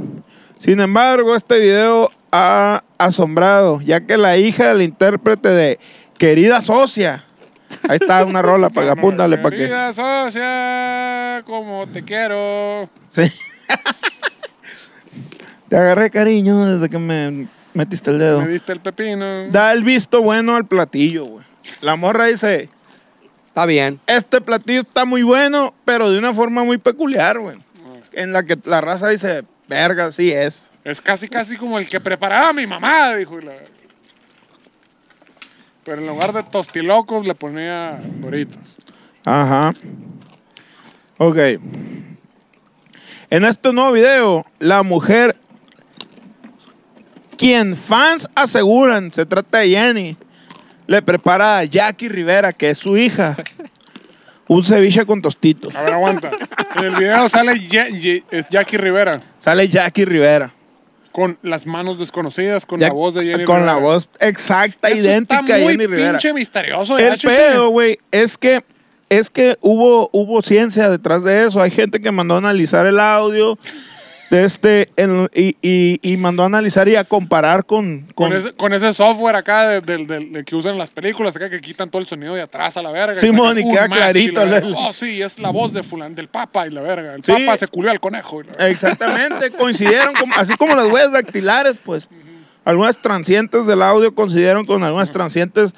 S4: Sin embargo, este video ha asombrado, ya que la hija del intérprete de Querida Socia. Ahí está una rola para que apúntale para que.
S1: Querida socia, como te quiero.
S4: Sí. Te agarré cariño desde que me metiste el dedo.
S1: Me diste el pepino.
S4: Da el visto bueno al platillo, güey. La morra dice,
S2: Está bien.
S4: este platillo está muy bueno, pero de una forma muy peculiar, güey. En la que la raza dice, verga, sí es.
S1: Es casi, casi como el que preparaba mi mamá, dijo. y la- Pero en lugar de tostilocos le ponía doritos.
S4: Ajá. Ok. En este nuevo video, la mujer, quien fans aseguran se trata de Jenny, le prepara a Jackie Rivera, que es su hija, un ceviche con tostito.
S1: A ver, aguanta. En el video sale Ye- Ye- es Jackie Rivera
S4: Sale Jackie Rivera.
S1: con las manos desconocidas, con
S2: Ya-
S1: la voz de Jenny
S4: con la
S1: Rivera.
S4: voz exacta,
S1: Eso
S4: idéntica
S1: está
S4: a
S1: muy
S4: Jenny Rivera.
S1: pinche misterioso. ya,
S4: El
S1: chichi.
S4: pedo, güey, es que es que hubo hubo ciencia detrás de eso. Hay gente que mandó a analizar el audio de este en- y, y- y mandó a analizar y a comparar con,
S1: Con,
S4: con-
S1: ese, con ese software acá de- del del- del que usan en las películas, acá que quitan todo el sonido de atrás a la verga.
S4: Simón,
S1: sacan
S4: y
S1: un
S4: queda
S1: match la
S4: clarito
S1: verga.
S4: el-
S1: Oh, sí, es la voz de fulán, del papa y la verga. El
S4: Sí.
S1: papa se culió al conejo. y la verga.
S4: exactamente coincidieron con- así como las huellas dactilares, pues algunas transientes del audio coincidieron con algunas transientes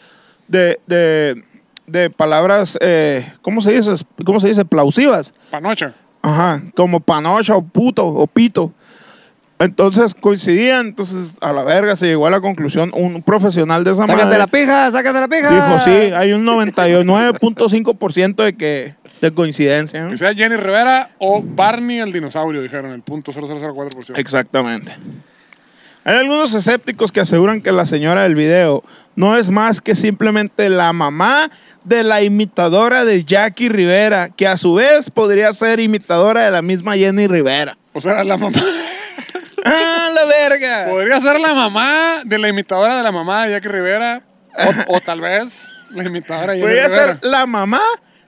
S4: de, de- de palabras eh, ¿cómo se dice? ¿Cómo se dice? plausivas.
S1: Panocha.
S4: Ajá, como panocha o puto o pito. Entonces coincidían, entonces a la verga se llegó a la conclusión, un profesional de esa
S2: Sácate
S4: madre
S2: la pija, sácate la pija.
S4: dijo, sí, hay un 99.5% de que de coincidencia. ¿no?"
S1: Que sea Jenny Rivera o Barney el dinosaurio, dijeron, el punto 0004%.
S4: Exactamente. Hay algunos escépticos que aseguran que la señora del video no es más que simplemente la mamá de la imitadora de Jackie Rivera, que a su vez podría ser imitadora de la misma Jenny Rivera.
S1: o sea, la mamá.
S4: ¡Ah, la verga!
S1: Podría ser la mamá de la imitadora de la mamá de Jackie Rivera. O, o tal vez la imitadora de Jenny
S4: Podría
S1: Rivera.
S4: ser la mamá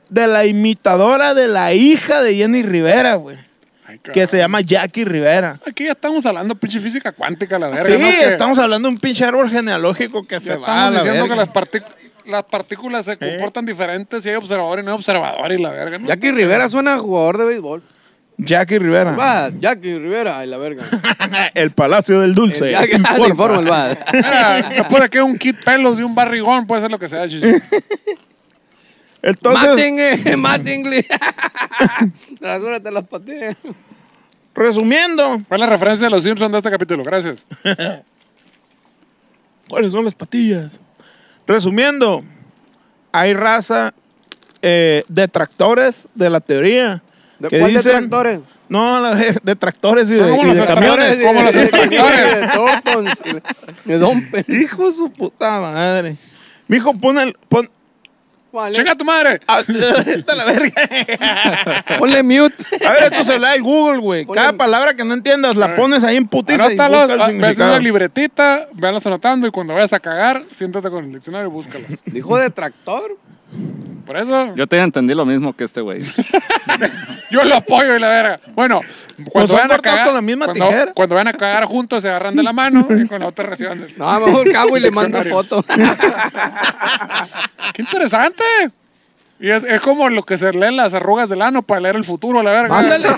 S4: de la imitadora de la hija de Jenny Rivera, güey.
S1: Ay,
S4: Que
S1: cabrón.
S4: se llama Jackie Rivera.
S1: Aquí ya estamos hablando pinche física cuántica, la verga.
S4: Sí,
S1: ¿no? Que-
S4: estamos hablando de un pinche árbol genealógico que
S1: Ya
S4: se
S1: estamos
S4: va a la
S1: diciendo
S4: verga.
S1: que las, partic- las partículas se comportan diferentes si hay observador y no hay observador y la verga. ¿no?
S2: Jackie Rivera suena a jugador de béisbol.
S4: Jackie Rivera.
S2: Va, Jackie Rivera, ay la verga.
S4: el Palacio del Dulce.
S2: Jackie,
S4: Informa.
S2: le informo el va.
S1: Mira, después de que un kit pelos de un barrigón puede ser lo que sea. chichi.
S4: Entonces,
S2: Mattingly, Mattingly. Rasúrate las patillas.
S4: resumiendo,
S1: Fue la referencia de los Simpsons de este capítulo. Gracias.
S4: ¿cuáles son las patillas? Resumiendo, hay raza eh, detractores de la teoría.
S2: ¿De
S4: que
S2: cuál
S4: dicen-
S2: detractores?
S4: No, la ver- detractores y de,
S1: Son como
S4: y
S1: los
S4: de camiones.
S1: extractores. como los extractores.
S2: Me dompen.
S4: Hijo de su puta madre. Mijo, pon el. Pon,
S2: Vale.
S1: ¡Chinga tu madre!
S4: a, vete a la verga.
S2: Ponle mute.
S4: A ver, esto se da el Google, güey. Cada
S2: Ponle-
S4: palabra que no entiendas la pones ahí en putiza y
S1: Anótalos, ah,
S4: busca el
S1: ves una
S4: significado.
S1: libretita, veanlas anotando y cuando vayas a cagar, siéntate con el diccionario y búscalas.
S2: Dijo detractor.
S1: Por eso,
S5: Yo te entendí lo mismo que este güey.
S1: yo lo apoyo y la verga. Bueno, cuando
S4: son
S1: vayan a
S4: cortados
S1: cagar.
S4: con la misma
S1: cuando,
S4: tijera.
S1: cuando vayan a cagar juntos, se agarran de la mano y con la otra reciben. el-
S2: No, mejor cago y le mando
S1: Diccionario.
S2: foto.
S1: ¡Qué interesante! Y es, es como lo que se leen las arrugas del ano para leer el futuro, la verga.
S4: Ándale.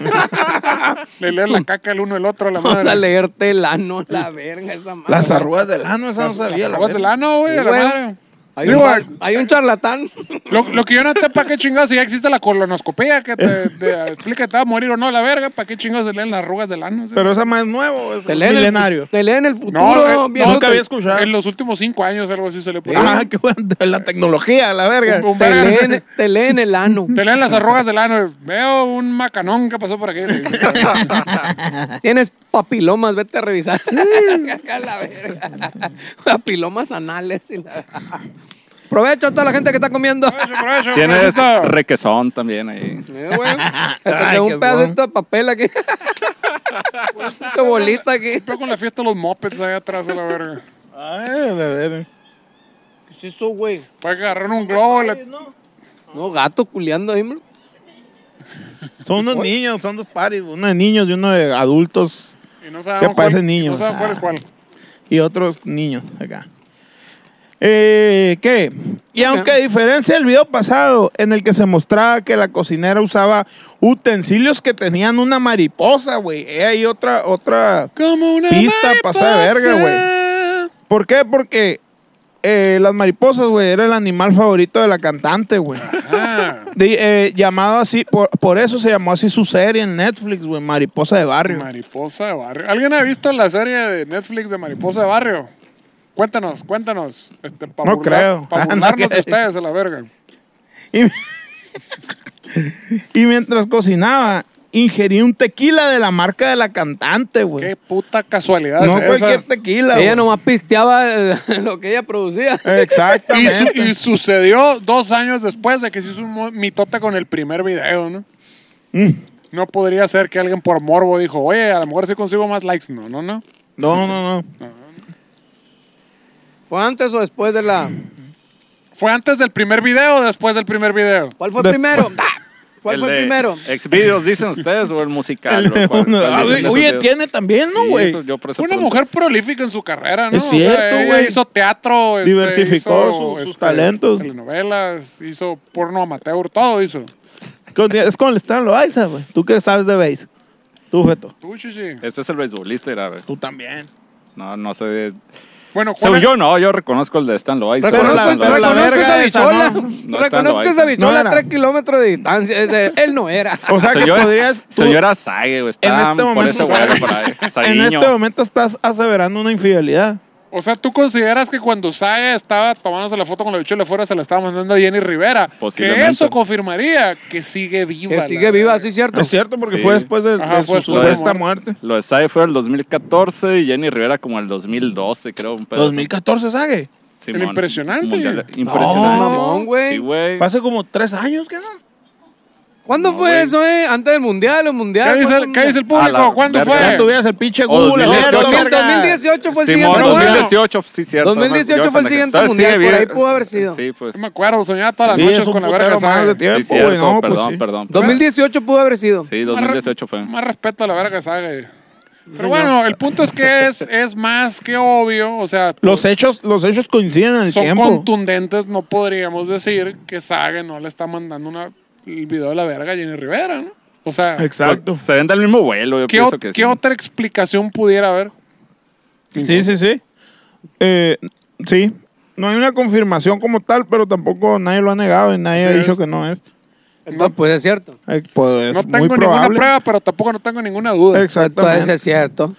S1: Le leer la caca el uno el otro a la
S2: Vamos
S1: madre.
S2: a leerte el ano, la verga, esa madre.
S4: Las arrugas del ano, esa no
S1: Las
S4: sabía. la
S1: arrugas del
S4: verga.
S1: ano, güey,
S2: Sí,
S1: a la
S2: güey.
S1: madre.
S2: Hay
S1: Digo,
S2: un, hay un charlatán.
S1: Lo, lo que yo no sé, ¿para qué chingados? Si ya existe la colonoscopía que te, te explica que te va a morir o no la verga, ¿para qué chingados se leen las arrugas del ano? Sí.
S4: Pero esa más es nuevo, es
S2: Te leen
S4: milenario.
S2: El, te leen el
S1: no, eh,
S2: futuro.
S1: no,
S2: viejo.
S4: nunca había escuchado.
S1: En los últimos cinco años algo así se le puso.
S4: Ah, qué bueno, la tecnología, la verga.
S1: Un- un
S2: te,
S1: verga.
S2: leen, te leen el ano.
S1: Te leen las arrugas del ano. y Veo un macanón que pasó por aquí.
S2: Tienes papilomas, vete a revisar. Acá la verga. papilomas anales. y la- Provecho a toda la gente que está comiendo.
S1: Provecho, provecho,
S5: Tienes
S1: provechito.
S5: requesón también ahí.
S2: Eh, güey. Te
S4: Ay,
S2: quedó
S4: qué
S2: un pedacito de papel aquí. Una bolita aquí.
S1: Pero con la fiesta de los mopeds ahí atrás de la verga.
S4: Ay, la verga.
S2: ¿Qué es eso, güey?
S1: Fue que agarraron un globo. y le-
S2: No, gato culeando ahí, man.
S4: Son unos niños, son dos pares, uno de niños y uno de adultos
S1: Y no sabemos
S4: ¿Qué parece
S1: cuál-
S4: niño?
S1: No sabemos cuál es
S4: Ah.
S1: cuál.
S4: y otros niños acá. Eh, ¿Qué? Y aunque a diferencia del video pasado, en el que se mostraba que la cocinera usaba utensilios que tenían una mariposa, güey. eh, Hay otra, otra.
S1: Como una
S4: Pista pasada de verga,
S1: mariposa.
S4: ¿Por qué? Porque eh, las mariposas, güey, era el animal favorito de la cantante, güey.
S1: Ah,
S4: De- eh, llamado así, por, por eso se llamó así su serie en Netflix, güey, Mariposa de Barrio.
S1: Mariposa de Barrio. ¿Alguien ha visto la serie de Netflix de Mariposa de Barrio? Cuéntanos, cuéntanos. Este, pa
S4: No creo.
S1: Para
S4: Ah, no
S1: burlarnos de
S4: creo. Pues
S1: ustedes a la verga.
S4: Y, y mientras cocinaba, ingerí un tequila de la marca de la cantante,
S1: Qué
S4: güey.
S1: puta casualidad
S4: No
S1: es
S4: cualquier
S1: esa.
S4: tequila,
S2: Ella
S4: güey.
S2: nomás pisteaba eh, lo que ella producía.
S1: Y, su-
S4: Exactamente.
S1: y sucedió dos años después de que se hizo un mo- mitote con el primer video, ¿no?
S4: Mm.
S1: No podría ser que alguien por morbo dijo, oye, a lo mejor sí consigo más likes. No, no, no.
S4: No, no, no.
S2: ¿Fue antes o después de la.?
S1: ¿Fue antes del primer video o después del primer video?
S2: ¿Cuál fue
S4: Después-
S2: primero? ¿Cuál fue
S5: de
S2: primero?
S5: Xvideos, dicen ustedes, o el musical. o cuál-
S4: Uno- Ah,
S5: cuál dicen esos
S4: Oye,
S5: videos.
S4: tiene también, ¿no,
S5: Sí,
S4: güey?
S5: pues yo por eso
S1: Fue una
S5: pregunto.
S1: mujer prolífica en su carrera, ¿no?
S4: Es cierto,
S1: ella
S4: güey.
S1: hizo teatro, este,
S4: Diversificó
S1: hizo, este,
S4: su- sus talentos.
S1: Telenovelas, hizo porno amateur, todo hizo.
S4: Con- Es con el Stan Loaiza, güey. Tú que sabes de base. Tú, Feto.
S1: Tú, chichi.
S5: Este es el beisbolista, era, güey.
S4: Tú también.
S5: No, no sé.
S1: Bueno, ¿cuál
S5: Según
S1: es-
S5: yo, no, yo reconozco el de Stan Loaiza.
S4: Pero
S5: güey.
S4: la-
S2: Reconozco,
S5: Stan
S4: pero la
S5: Loaiza.
S2: reconozco esa
S4: verga esa,
S2: bichola.
S4: ¿no?
S5: No
S2: reconozco
S5: tanto,
S2: esa
S5: ahí.
S2: bichola
S4: No
S2: a
S4: era.
S2: 3 kilómetros de distancia. es de- él no era.
S4: O sea,
S5: Se
S4: que
S5: yo era-
S4: podrías...
S5: se
S4: tú-
S5: yo era Sague, güey.
S4: en
S5: Estaban
S4: este
S5: por ese
S4: momento...
S5: güey, por ahí.
S4: en
S5: Saguiño.
S4: este momento estás aseverando una infidelidad.
S1: O sea, ¿tú consideras que cuando Saya estaba tomándose la foto con la bichuela afuera se la estaba mandando a Jenny Rivera? Que
S5: Posiblemente.
S1: eso confirmaría que sigue viva.
S2: Que
S1: la
S2: sigue viva,
S1: verga.
S2: sí, cierto.
S4: Es cierto, porque
S5: Sí.
S4: fue después de,
S1: Ajá,
S4: de
S1: fue
S4: su
S1: después
S5: de la
S4: supuesta muerte.
S5: Lo de Sague fue el 2014 y Jenny Rivera como el 2012, creo. Un pedazo.
S4: 2014, ¿sabe?
S5: Simón.
S1: El impresionante.
S5: Mundial de-
S2: No,
S5: Impresionante.
S2: mamón, güey.
S5: Sí, güey.
S4: Fue hace como tres años, ¿qué no?
S2: ¿Cuándo fue
S5: güey.
S2: eso, eh? ¿Antes del mundial o mundial?
S1: ¿Qué dice,
S2: ¿Cuándo
S1: el, qué dice el
S5: A
S1: público?
S5: la
S1: ¿Cuándo
S5: verga.
S4: Ya
S5: Eh.
S1: fue?
S4: tuvieras el pinche
S5: O
S4: Google,
S5: 2018.
S4: abierto, verga.
S2: 2018 fue el
S5: Simón,
S2: siguiente mundial.
S5: 2018, sí, cierto.
S2: 2018 fue
S5: Yo
S2: el
S5: pendejo.
S2: siguiente
S5: Entonces,
S2: mundial,
S5: sigue
S2: por
S5: bien.
S2: ahí pudo haber sido.
S5: Sí, pues.
S1: No me acuerdo, soñaba todas las
S4: Sí,
S1: noches
S4: es un
S1: con la
S4: putero
S1: verga
S4: más de
S1: Saya.
S5: Sí,
S4: tiempo, güey.
S5: cierto,
S4: No, pues
S5: perdón,
S4: sí.
S5: perdón.
S2: 2018 pudo haber sido.
S5: Sí, 2018 fue.
S1: Más respeto a la verga Saga. Pero bueno, el punto es que es, es más que obvio, o sea,
S4: Los hechos, los hechos coinciden en el
S1: son
S4: tiempo.
S1: contundentes, no podríamos decir que Saga no le está mandando una, el video de la verga a Jenny Rivera, ¿no? O sea,
S4: Exacto.
S5: Pues, Se ven del mismo vuelo, yo
S1: ¿qué,
S5: pienso
S1: o-
S5: que
S1: qué
S5: sí.
S1: otra explicación pudiera haber?
S4: Sí, sí, sí. Eh, sí. no hay una confirmación como tal, pero tampoco nadie lo ha negado y nadie
S1: Así
S4: ha dicho
S1: es.
S4: que no es.
S2: No, pues es cierto.
S4: Eh, pues,
S1: No
S4: muy
S1: tengo ninguna
S4: probable.
S1: prueba, pues. pero tampoco no tengo ninguna duda.
S2: Entonces
S4: Exactamente.
S2: es cierto.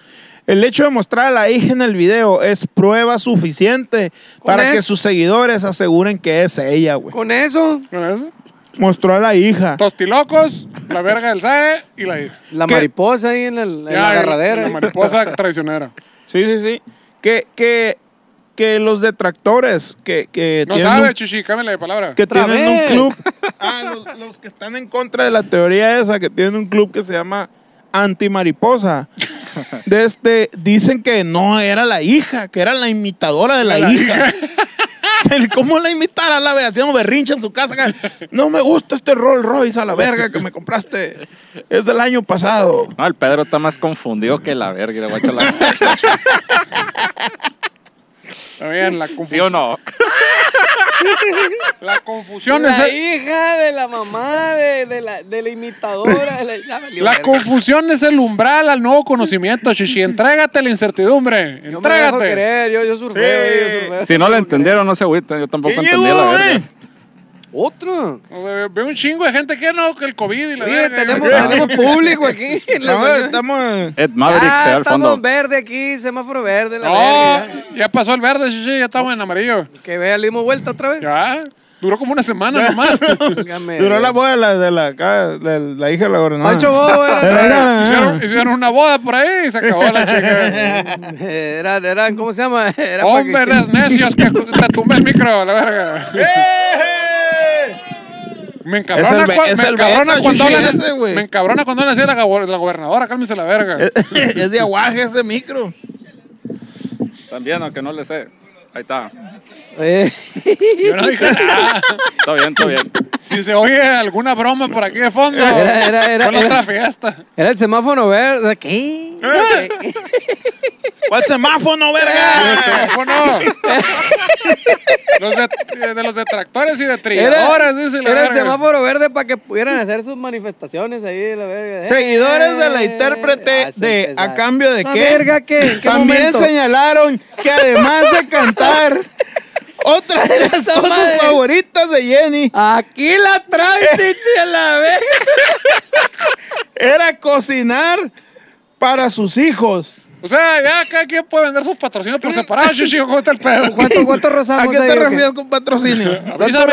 S4: El hecho de mostrar a la hija en el video es prueba suficiente para
S2: eso.
S4: que sus seguidores aseguren que es ella, güey.
S2: Con eso,
S1: ¿Con eso?
S4: Mostró a la hija.
S1: Tostilocos, la verga del SAE y la hija.
S2: la
S4: ¿Qué?
S2: mariposa ahí en, el- en
S1: Ya,
S2: la
S1: y-
S2: agarradera.
S1: La mariposa traicionera.
S4: Sí, sí, sí. Que, que, que los detractores que, que
S1: No
S4: tienen
S1: sabe,
S4: un-
S1: chichi, cámbiale de palabra.
S4: que
S2: Otra
S4: tienen
S2: vez.
S4: un club. Ah, los, los que están en contra de la teoría esa, que tienen un club que se llama Antimariposa. De este, dicen que no era la hija, que era la imitadora de la,
S1: La
S4: hija. El ¿Cómo la imitara? La ve, hacíamos berrinche en su casa. acá, No me gusta este Rolls Royce a la verga que me compraste. Es del año pasado.
S5: No, el Pedro está más confundido que la verga. Le voy a echar la...
S1: Está bien, la confusión.
S5: ¿Sí o no?
S1: La confusión
S2: la
S1: es el,
S2: hija de la mamá de, de la, de la imitadora. de la, ya valió
S1: la
S2: verga.
S1: confusión es el umbral al nuevo conocimiento, chichi. Entrégate a la incertidumbre.
S2: Yo me dejo
S1: Entrégate.
S2: querer, yo, yo surfeo,
S4: Sí.
S2: yo surfeo.
S5: Si no la entendieron, no se agüiten. Yo tampoco
S4: ¿Quién
S5: entendí la
S4: llegó,
S5: verga.
S4: eh?
S2: Otro.
S1: O sea, veo un chingo de gente que no, que el COVID y la
S2: Oye,
S1: verga.
S2: tenemos,
S1: Ah,
S2: tenemos público aquí. en la
S4: No,
S2: mañana.
S4: estamos.
S5: Ed Maverick se
S2: Ah,
S5: ve al
S2: estamos
S5: fondo.
S2: verde aquí, semáforo verde, la verga.
S1: No, ya pasó el verde, chichi, ya estamos en amarillo.
S2: ya. Que vea, le dimos vuelta otra vez.
S1: Ya. Duró como una semana nomás.
S2: Válgame
S4: Duró
S2: Dios.
S4: la Ah. boda de la, de la, acá, de la hija de la gobernadora.
S2: Pancho Bobo era,
S1: hicieron, hicieron una boda por ahí y se acabó la chica.
S2: era, era- ¿cómo se llama? Era para que
S1: Hombres
S2: hicieran-
S1: necios que te tumba el micro, la verga.
S4: ¡Eh!
S1: Me encabrona,
S4: Es el
S1: cua-
S4: be- es
S1: me
S4: el
S1: encabrona
S4: beta,
S1: cuando
S4: chichi,
S1: hablan.
S4: ese, güey.
S1: Me encabrona cuando hablan así a la, gabo- la gobernadora, cálmese la verga.
S4: es de aguaje ese micro.
S5: También, aunque no le sé. Ahí está.
S2: Eh,
S1: Yo no dije nada.
S5: Está bien, está bien.
S1: Si se oye alguna broma por aquí de fondo,
S2: Era- era- era-
S1: fue la
S2: era.
S1: otra fiesta.
S2: era el semáforo verde. ¿Qué?
S4: ¿Cuál semáforo, verga?
S1: Fue no. Los de, de los detractores y de
S2: Era,
S1: trilladores, dice la
S2: era el
S1: verga.
S2: semáforo verde para que pudieran hacer sus manifestaciones ahí, la verga.
S4: Seguidores de la
S2: Eh,
S4: intérprete
S2: así
S4: de
S2: empezaron.
S4: A Cambio de
S2: La
S4: qué.
S2: verga, ¿qué? ¿En qué
S4: También
S2: momento?
S4: señalaron que además de cantar, otra de las
S2: Esa
S4: cosas
S2: madre.
S4: favoritas de Jenny
S2: Aquí la trae, chichi, a la verga.
S4: era cocinar para sus hijos.
S1: O sea, ya cada quien puede vender sus patrocinios por separado, chichi, ¿cómo está el pedo?
S2: ¿Cuánto, cuánto rozamos
S4: ¿A qué
S2: ahí,
S4: te
S2: o qué?
S4: refieres con patrocinio?
S1: Avísame,
S2: Doctor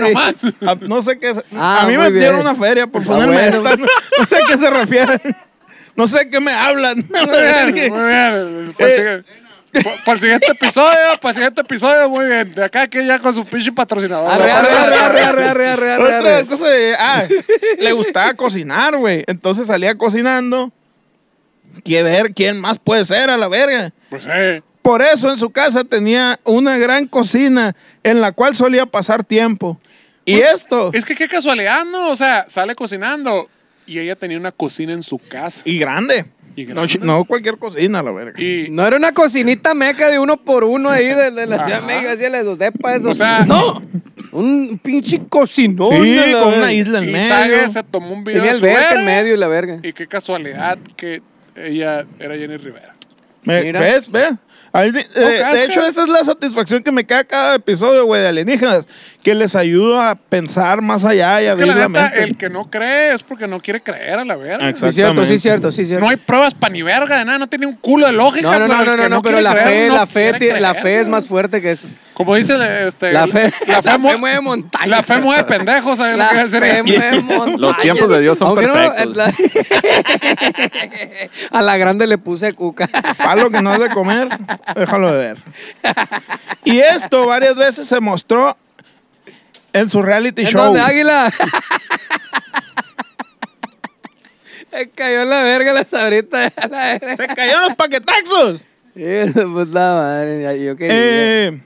S2: Rosado,
S1: nomás.
S4: A- no sé qué. se-
S2: Ah,
S4: a mí
S2: muy
S4: me
S2: bien.
S4: dieron una feria por ponerme.
S2: bueno.
S4: esta, no, no sé a qué se refieren. No sé qué me hablan.
S1: Muy bien, muy bien. Para el
S4: Eh.
S1: siguiente- pa- para el siguiente este episodio, para el siguiente este episodio, muy bien. De acá que ya con su pinche patrocinador.
S2: Arre, arre, arre, arre, arre, arre, arre, arre,
S4: Otra de las
S2: arre.
S4: cosas de- ah, le gustaba cocinar, güey. Entonces salía cocinando. Quiere ver quién más puede ser a la verga.
S1: Pues eh.
S4: Por eso en su casa tenía una gran cocina en la cual solía pasar tiempo. Y esto.
S1: Es que qué casualidad, ¿no? O sea, sale cocinando y ella tenía una cocina en su casa.
S4: Y grande.
S1: Y
S4: No
S1: grande.
S4: ch- No, cualquier cocina, a la verga.
S1: Y,
S2: No era una cocinita meca de uno por uno ahí de, de la Ciudad de México, así de los depas, eso.
S1: O sea-
S2: no, un pinche cocinón.
S4: sí,
S2: a la
S4: con
S2: verga.
S4: una isla en
S1: y
S4: medio.
S1: Sage se tomó un video
S2: Tenía
S1: de
S2: el
S1: su
S2: verde en
S1: verga,
S2: medio y la verga.
S1: Y qué casualidad que ella era Jenny Rivera.
S4: Me-
S2: Mira.
S4: ¿Ves? Ve. Ahí di- eh,
S1: casca.
S4: de hecho, esa es la satisfacción que me queda cada episodio, güey, de alienígenas, que les ayuda a pensar más allá y
S1: Es que
S4: abrir
S1: la
S4: la,
S1: neta,
S4: mente.
S1: el que no cree es porque no quiere creer a la verga.
S4: Exacto.
S2: Sí, cierto, sí,
S4: Exactamente.
S2: cierto, sí, cierto.
S1: No hay pruebas pa' ni verga de nada, no tiene un culo de lógica. pues,
S2: no, no, no,
S1: el
S2: no,
S1: que
S2: no, no, pero
S1: quiere
S2: la
S1: creer,
S2: fe,
S1: no
S2: la fe,
S1: quiere
S2: tiene- la
S1: creer,
S2: fe es
S1: güey.
S2: más fuerte que eso.
S1: Como dice este.
S2: La fe- la fe
S1: mu-
S2: mueve montañas.
S1: La fe mueve pendejos, ¿sabes lo que
S2: La
S1: quiere decir?
S2: fe mueve montañas.
S5: Los tiempos de Dios son
S2: Aunque no,
S5: perfectos.
S2: eh, la- a la grande le puse cuca.
S4: Palo que no has de comer, déjalo de ver. Y esto varias veces se mostró en su reality
S2: ¿En
S4: show.
S2: dónde, águila? Le cayó en la verga la sabrita. A la verga.
S4: ¡Se cayeron los paquetaxos!
S2: Eso, pues la madre. ya, Yo quería.
S4: Eh,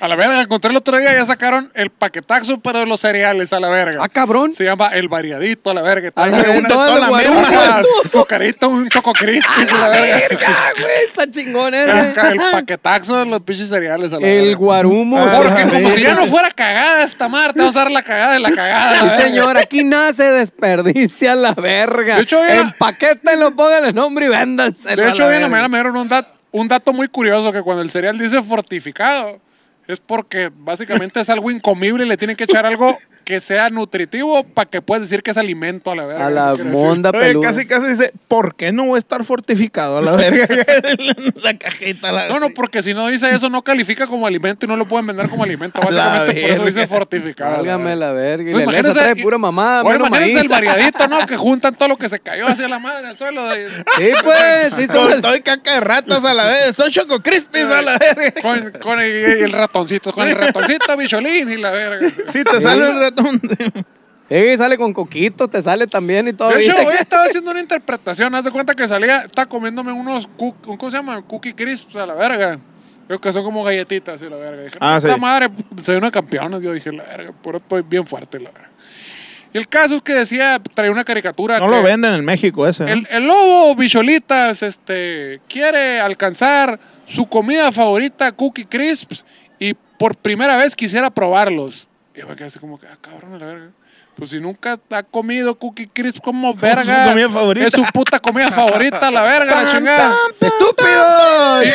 S1: A la verga, encontré el otro día, ya sacaron el paquetaxo para los cereales, a la verga.
S2: ah, cabrón.
S1: Se llama el variadito, a la verga.
S2: A la
S1: Trae
S2: verga,
S1: una-
S2: todo
S4: toda
S2: el
S4: la
S2: guarumo.
S1: una azucarita, un choco crispis, a la verga.
S2: Ah, güey, Está chingón
S1: Acá
S2: ese.
S1: El paquetaxo de los pinches cereales, a la
S2: Ah, El
S1: verga.
S2: guarumo.
S1: Porque como
S4: Ah,
S1: si ya no fuera cagada esta mar, te vamos a dar la cagada de la cagada. a la
S2: Sí,
S1: verga.
S2: señor, aquí nada se desperdicia la verga.
S1: De hecho, ya-
S2: Empaquétenlo, pónganle nombre y véndanselo.
S1: De hecho, hoy en
S2: verga.
S1: la mañana me dieron un, dat- un dato muy curioso que cuando el cereal dice fortificado, es porque básicamente es algo incomible y le tienen que echar algo que sea nutritivo para que puedas decir que es alimento a la verga.
S2: A
S1: ¿no?
S2: la
S1: Quiere decir,
S2: monda
S4: Oye,
S2: peluda.
S4: casi, casi dice, ¿por qué no voy a estar fortificado a la verga? la cajita, la
S1: No, no, porque si no dice eso no califica como alimento y no lo pueden vender como alimento. Básicamente por eso
S4: verga.
S1: dice fortificado. a la
S2: Válgame
S1: verga.
S2: la verga. Y
S1: Pues
S2: la letra
S1: imagínense-
S2: trae pura mamada,
S1: Bueno,
S2: menos
S1: imagínense
S2: maíz.
S1: el variadito, ¿no? Que juntan todo lo que se cayó hacia la madre al suelo. de-
S2: Sí, pues, sí
S4: Con
S2: somos...
S4: todo y caca de ratas a la vez. Son choco crispies a la verga.
S1: con, con el, el ratoncito, con el ratoncito bicholín y la verga.
S4: Si te sale un ratón.
S2: Sí, sale con coquitos, te sale también y todo.
S1: De hecho,
S2: ¿viste?
S1: hoy estaba haciendo una interpretación. Haz de cuenta que salía, está comiéndome unos, cu- ¿cómo se llama? Cookie crisps a la verga. Creo que son como galletitas y la verga. Dije,
S4: Ah,
S1: puta
S4: sí.
S1: madre, soy una campeona. Yo dije, la verga, pero estoy bien fuerte, la verga. Y el caso es que decía, traía una caricatura.
S4: No
S1: que
S4: lo venden en México ese. ¿no?
S1: El, el lobo Bicholitas este, quiere alcanzar su comida favorita, Cookie Crisps, y por primera vez quisiera probarlos. Y yo me quedé así como que, ah, cabrón, a la verga. Pues si nunca ha comido Cookie Crisps como verga.
S4: su comida favorita.
S1: Es su puta comida favorita, la verga, la chingada.
S2: ¡Estúpidos!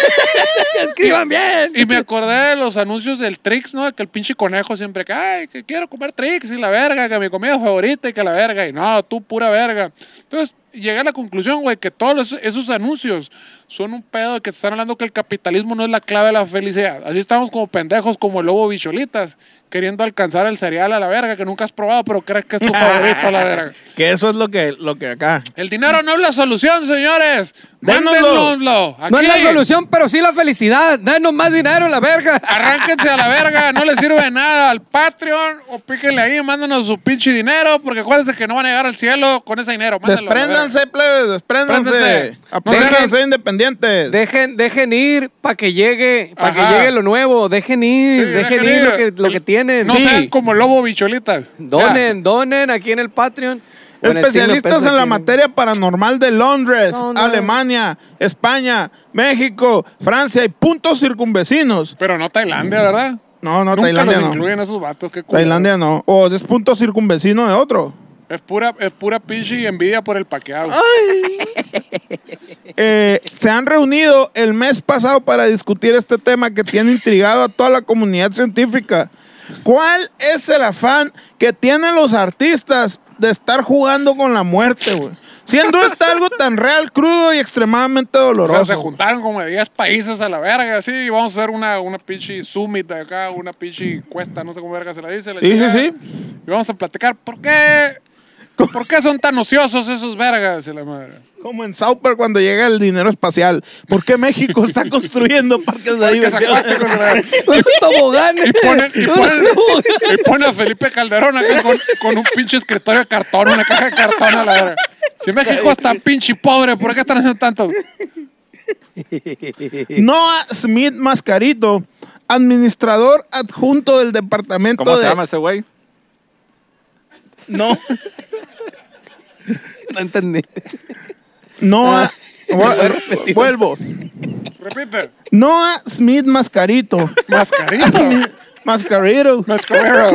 S2: ¡Escriban bien!
S1: Y me acordé de los anuncios del Trix, ¿no? De que el pinche conejo siempre que, ay, que quiero comer Trix y la verga, que mi comida favorita y que la verga. Y no, tú pura verga. Entonces, llegué a la conclusión, güey, que todos los- esos anuncios son un pedo de que te están hablando que el capitalismo no es la clave de la felicidad. Así estamos como pendejos, como el lobo bicholitas, queriendo alcanzar el cereal a la verga que nunca has probado, pero crees que es tu favorito a la verga.
S4: Ah, Que eso es lo que, lo que acá.
S1: El dinero no es la solución, señores.
S4: Dénoslo.
S1: Mándenoslo.
S2: No es la
S1: aquí.
S2: solución, pero sí la felicidad. Danos más dinero, la verga.
S1: Arránquense a la verga, no les sirve de nada al Patreon o píquenle ahí, mándanos su pinche dinero, porque acuérdense que no van a llegar al cielo con ese dinero. Mándenlo, a la verga.
S4: Despréndanse, plebes, despréndanse.
S1: Despréndanse.
S4: Apóyense
S2: No sean-
S4: independientes.
S2: Dejen, dejen ir para que llegue, para que
S1: Ajá.
S2: llegue lo nuevo. Dejen ir,
S1: Sí,
S2: dejen,
S1: dejen
S2: ir,
S1: ir.
S2: lo que, lo que tienen.
S1: No
S2: sí.
S1: sean como lobo bicholitas.
S2: Donen, donen aquí en el Patreon. o en el signo
S4: Especialistas
S2: peso
S4: en la
S2: aquí.
S4: materia paranormal de Londres,
S2: No, no.
S4: Alemania, España, México, Francia y puntos circunvecinos.
S1: Ya. Pero no Tailandia, ¿verdad?
S4: No, no,
S1: Nunca
S4: Tailandia
S1: los
S4: no.
S1: incluyen esos vatos, qué culo.
S4: Tailandia no. O es punto circunvecino de otro.
S1: Es pura, es pura pinche envidia por el paqueado.
S4: Eh, se han reunido el mes pasado para discutir este tema que tiene intrigado a toda la comunidad científica. ¿Cuál es el afán que tienen los artistas de estar jugando con la muerte, güey? Siendo esto algo tan real, crudo y extremadamente
S1: O
S4: doloroso.
S1: sea, se juntaron como de 10 países a la verga, sí, y vamos a hacer una, una pinche summit de acá, una pinche cuesta, no sé cómo verga se la dice. la
S4: Sí, sí,
S1: chingada.
S4: sí.
S1: Y vamos a platicar por qué, por qué son tan ociosos esos vergas y la madre.
S4: Como en South Park cuando llega el dinero espacial. ¿Por qué México está construyendo parques de
S1: Parques
S4: diversión?
S1: acuáticos y la verga.
S2: Unos toboganes.
S1: Y ponen, y,
S2: Unos
S1: ponen,
S2: toboganes.
S1: y ponen a Felipe Calderón acá con, con un pinche escritorio de cartón, una caja de cartón a la verga. Si México es tan pinche pobre, ¿por qué están haciendo tantos?
S4: Noah Smith Mascarito, administrador adjunto del departamento
S5: ¿Cómo
S4: de...
S5: se llama ese güey?
S4: No.
S2: No entendí.
S4: Noah. Vuel- Vuelvo.
S1: Repite.
S4: Noah Smith Mascarito.
S1: Mascarito.
S4: Mascarito.
S1: Mascarero.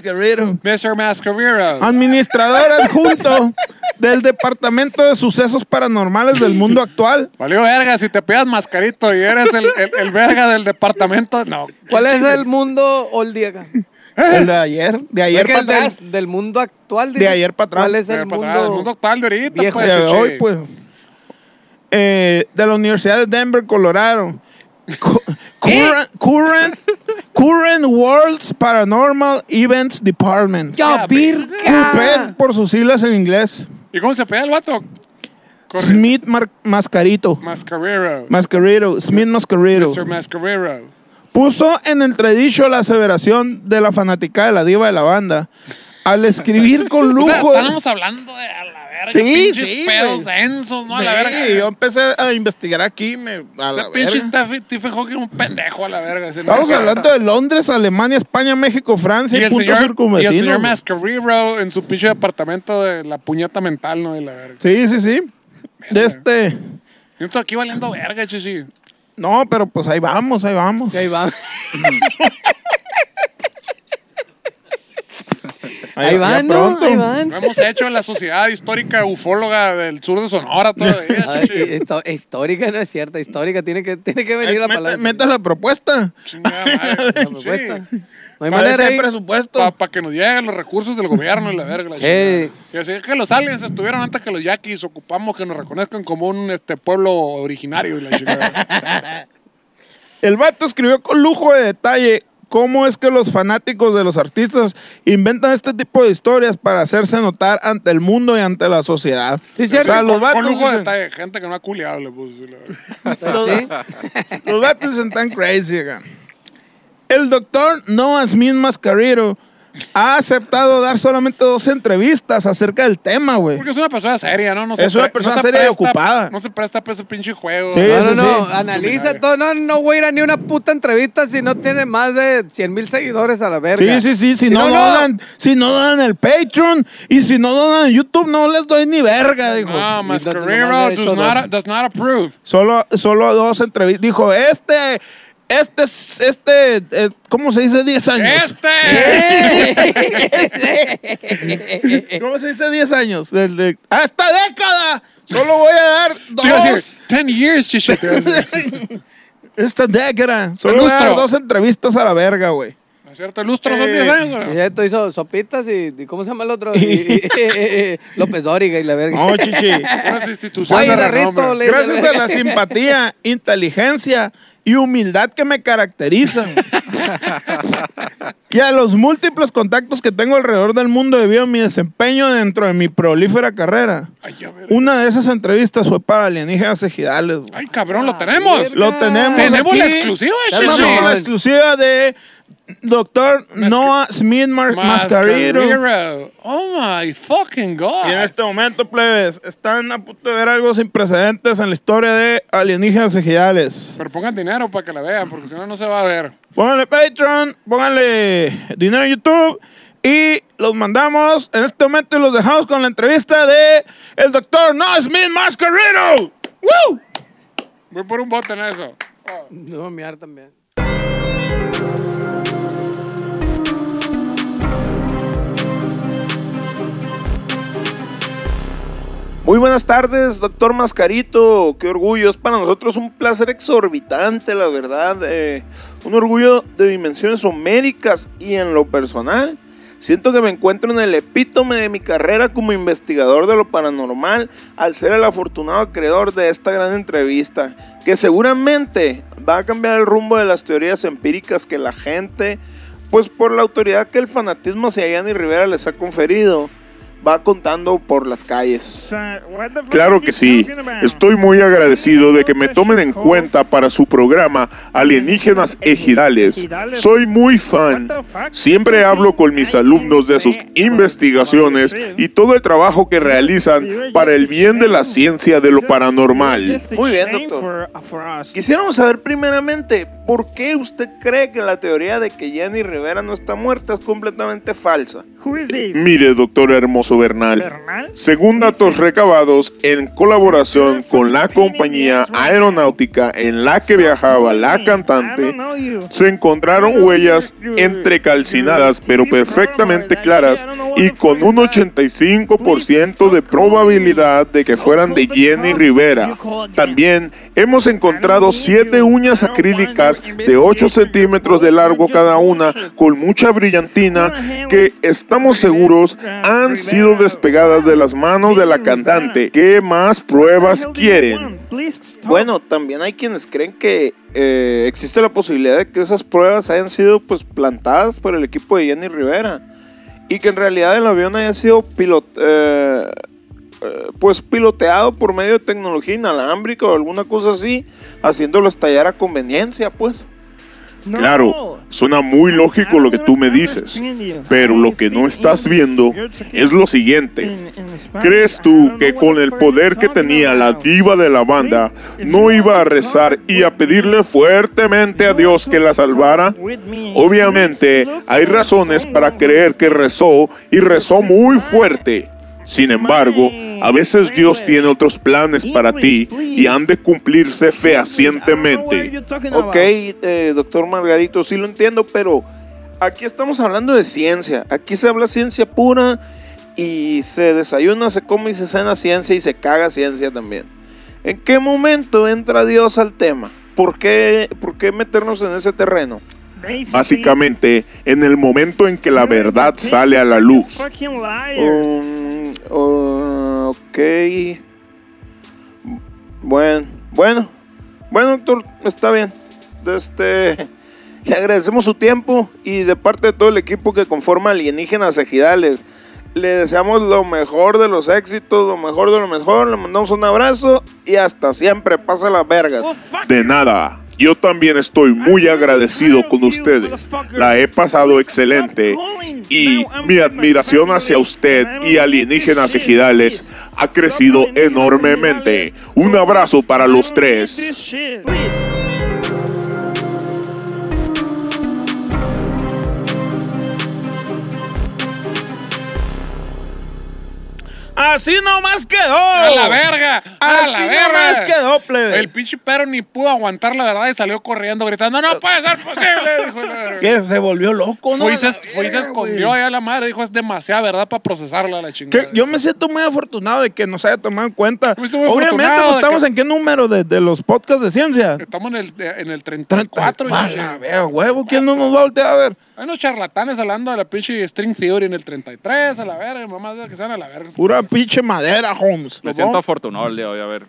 S4: Mascarito.
S1: Mr. Mascarero.
S4: Administrador adjunto del Departamento de Sucesos Paranormales del Mundo Actual.
S1: Valió verga, si te pegas mascarito y eres el, el- el verga del departamento. No.
S2: ¿Cuál es el mundo old día acá?
S4: El de ayer. De ayer
S2: Es que
S4: para
S2: el del-
S4: atrás.
S2: Del, mundo actual.
S4: De
S2: dices.
S4: ayer para atrás.
S2: ¿Cuál es
S1: Pero
S2: el
S1: para atrás, Eh, pues, ah, el mundo
S2: mundo?
S1: actual de ahorita,
S2: viejo.
S1: pues.
S4: De
S1: chichi.
S4: hoy, pues. Eh, de la Universidad de Denver, Colorado. Cu- Current, current, current World's Paranormal Events Department.
S2: ¡Ya,
S4: CUPED
S2: virga!
S4: por sus siglas en inglés.
S1: ¿Y cómo se pega el vato? Corre-
S4: Smith Mar- Mascarito.
S1: Mascarero.
S4: Mascarito, Smith Mascarito.
S1: Mr. Mascarero.
S4: Puso en entredicho la aseveración de la fanática de la diva de la banda al escribir con
S1: O sea,
S4: lujo.
S1: estábamos hablando de a la verga.
S4: Sí,
S1: pinches
S4: sí,
S1: pedos
S4: güey.
S1: densos, ¿no? A la
S4: Sí,
S1: verga.
S4: yo empecé a investigar aquí. me- a la
S1: Ese pinche
S4: verga.
S1: Steffi- Stephen Hawking un pendejo a la verga. ese, ¿no?
S4: Estamos hablando de Londres, Alemania, España, México, Francia
S1: Y
S4: y,
S1: el,
S4: puntos
S1: señor, y el
S4: circunvecinos.
S1: señor Mascarero en su pinche departamento de la puñeta mental, ¿no? De la verga.
S4: Sí, sí, sí. De este.
S1: Yo estoy aquí valiendo verga, chichi.
S4: No, pero pues ahí vamos, ahí vamos.
S2: Y ahí va. Ahí
S4: ya
S2: van, ¿no?
S4: pronto.
S2: Ahí van.
S1: No hemos hecho en la sociedad histórica ufóloga del sur de Sonora todavía.
S2: Ay, eh,
S1: chichi.
S2: esto- histórica no es cierta, histórica. Tiene que, tiene que venir
S4: Eh,
S2: la
S4: meta-
S2: palabra.
S4: meta la propuesta.
S1: Chingada madre.
S2: La propuesta.
S1: Sí.
S2: No hay
S4: Para
S2: manera
S4: ese
S2: ahí.
S4: presupuesto.
S1: Para que nos lleguen los recursos del gobierno y la verga. la
S2: Sí.
S1: chingada. Y así es que los aliens estuvieron antes que los yaquis. Ocupamos que nos reconozcan como un este, pueblo originario. y la chingada.
S4: El vato escribió con lujo de detalle cómo es que los fanáticos de los artistas inventan este tipo de historias para hacerse notar ante el mundo y ante la sociedad.
S2: Sí, cierto.
S4: O sea, los
S1: Con-
S4: vatos,
S1: Con lujo de
S4: dicen,
S1: detalle, gente que no ha culiado. Le puso, la verga.
S2: Pues sí.
S4: los vatos dicen tan crazy acá. El doctor Noah Smith Mascarero ha aceptado dar solamente dos entrevistas acerca del tema, güey.
S1: Porque es una persona seria, ¿no? no
S4: Es una
S1: pre-
S4: persona
S1: se
S4: seria y ocupada.
S1: No se presta para ese pinche juego.
S4: Sí,
S2: No,
S4: eso
S2: no, no,
S4: sí.
S2: analiza todo. No, no voy a ir a ni una puta entrevista si no tiene más de 100 mil seguidores a la verga.
S4: Sí, sí, sí, si no, donan, si no donan el Patreon y si no donan en YouTube no les doy ni verga, dijo.
S1: No,
S2: nomás
S1: Mascarero
S2: le he
S1: does
S2: hecho
S1: not,
S2: dos.
S1: does not approve.
S4: Solo, solo dos entrevistas. Dijo, este, este, es- este, eh, ¿cómo se dice 10 años?
S1: ¡Este!
S4: ¿Cómo se dice 10 años? Del de- ¡A esta década! Solo voy a dar
S1: Te iba a
S4: dos.
S1: decir, 10 years, chichi. Te iba a decir.
S4: Esta década. Solo voy a dar
S1: lustro.
S4: dos entrevistas a la verga, güey.
S1: ¿No es ¿Cierto? Lustro son
S4: Eh.
S1: 10 años. ¿o
S2: Y
S1: no?
S2: esto hizo sopitas y, y ¿cómo se llama el otro? Y- y- López Dóriga y la verga.
S4: No, chichi.
S1: Unas instituciones
S2: Oye,
S1: de
S2: Rito,
S1: renombre.
S2: le-
S4: Gracias a la simpatía, inteligencia y humildad que me caracterizan. y a los múltiples contactos que tengo alrededor del mundo debido a mi desempeño dentro de mi prolífera carrera.
S1: Ay, ya ver.
S4: Una de esas entrevistas fue para alienígenas ejidales. güey.
S1: Ay, cabrón,
S4: Ah,
S1: lo tenemos.
S2: Lo
S4: tenemos
S1: Tenemos
S4: aquí.
S1: la exclusiva,
S2: Está
S1: chichi.
S4: Tenemos la
S2: mamón.
S4: exclusiva de Doctor Noah Smith Mar- Mascarero.
S1: Mascarero. Oh my fucking
S4: Y en
S1: god.
S4: este momento, plebes, están a punto de ver algo sin precedentes en la historia de alienígenas ejidales.
S1: Pero pongan dinero para que la vean, porque si no, no se va a ver.
S4: Pónganle Patreon, pónganle dinero en YouTube y los mandamos en este momento y los dejamos con la entrevista de el doctor No Smith Mascarino. ¡Woo!
S1: Voy por un bote en eso.
S2: No, miar también.
S4: Muy buenas tardes, doctor Mascarito. Qué orgullo. Es para nosotros un placer exorbitante, la verdad. Eh, un orgullo de dimensiones homéricas y en lo personal. Siento que me encuentro en el epítome de mi carrera como investigador de lo paranormal al ser el afortunado creador de esta gran entrevista, que seguramente va a cambiar el rumbo de las teorías empíricas que la gente, pues por la autoridad que el fanatismo hacia Yanni Rivera les ha conferido, va contando por las calles.
S3: Claro que sí. Estoy muy agradecido de que me tomen en cuenta para su programa Alienígenas Ejidales. Soy muy fan. Siempre hablo con mis alumnos de sus investigaciones y todo el trabajo que realizan para el bien de la ciencia de lo paranormal.
S4: Muy bien, doctor. Quisiéramos saber primeramente por qué usted cree que la teoría de que Jenny Rivera no está muerta es completamente falsa.
S3: Mire, doctor Hermoso Bernal. Según datos recabados en colaboración con la compañía aeronáutica en la que viajaba la cantante, se encontraron huellas entrecalcinadas pero perfectamente claras y con un 85% de probabilidad de que fueran de Jenny Rivera. También hemos encontrado siete uñas acrílicas de 8 centímetros de largo cada una con mucha brillantina que estamos seguros han sido despegadas de las manos de la cantante. ¿Qué más pruebas quieren?
S4: Bueno, también hay quienes creen que eh, existe la posibilidad de que esas pruebas hayan sido pues plantadas por el equipo de Jenny Rivera y que en realidad el avión haya sido pilot, eh, eh, pues piloteado por medio de tecnología inalámbrica o alguna cosa así, haciéndolo estallar a conveniencia, pues.
S3: Claro, suena muy lógico lo que tú me dices, pero lo que no estás viendo es lo siguiente. ¿Crees tú que con el poder que tenía la diva de la banda no iba a rezar y a pedirle fuertemente a Dios que la salvara? Obviamente hay razones para creer que rezó y rezó muy fuerte. Sin embargo, a veces Dios tiene otros planes para ti y han de cumplirse fehacientemente.
S4: Ok, eh, doctor Margarito, sí lo entiendo, pero
S3: Aquí estamos hablando de ciencia. Aquí se habla ciencia pura y se desayuna, se come y se cena ciencia y se caga ciencia también. ¿En qué momento entra Dios al tema? ¿Por qué, por qué meternos en ese terreno?
S6: Básicamente, en el momento en que la verdad sale a la luz.
S3: Um, uh, ok. Bueno, bueno. Bueno, doctor, está bien. Este, le agradecemos su tiempo y de parte de todo el equipo que conforma Alienígenas Ejidales. Le deseamos lo mejor de los éxitos, lo mejor de lo mejor. Le mandamos un abrazo y hasta siempre. Pasa las vergas.
S4: Oh,
S6: De nada. Yo también estoy muy agradecido con ustedes. La he pasado excelente. Y mi admiración hacia usted y alienígenas ejidales ha crecido enormemente. Un abrazo para los tres.
S4: Así nomás quedó.
S1: ¡A la verga! ¡A
S4: Oh. Así
S1: la
S4: nomás
S1: verga!
S4: quedó, plebe.
S1: El pinche perro ni pudo aguantar la verdad y salió corriendo gritando, no puede ser posible. Dijo, la verga.
S4: Que se volvió loco, ¿no?
S1: Fue y
S4: A
S1: se,
S4: la
S1: fue y se
S4: verga,
S1: escondió
S4: güey.
S1: allá la madre, dijo, es demasiada verdad para procesarla la
S4: Que
S1: chingada.
S4: yo me siento muy afortunado de que nos haya tomado en cuenta.
S1: Fuiste muy
S4: Obviamente,
S1: afortunado
S4: pues,
S1: de
S4: estamos
S1: que-
S4: en qué número de, de los podcasts de ciencia.
S1: Estamos en el, en el 34.
S4: Ah,
S1: ya.
S4: la verga, huevo, ¿quién no nos va a voltear a ver?
S1: Hay unos charlatanes hablando de la pinche string theory en el 33, a la verga, mamá de que sean a la verga.
S4: Pura pinche madera, Holmes.
S5: Me siento afortunado el día de hoy. A ver,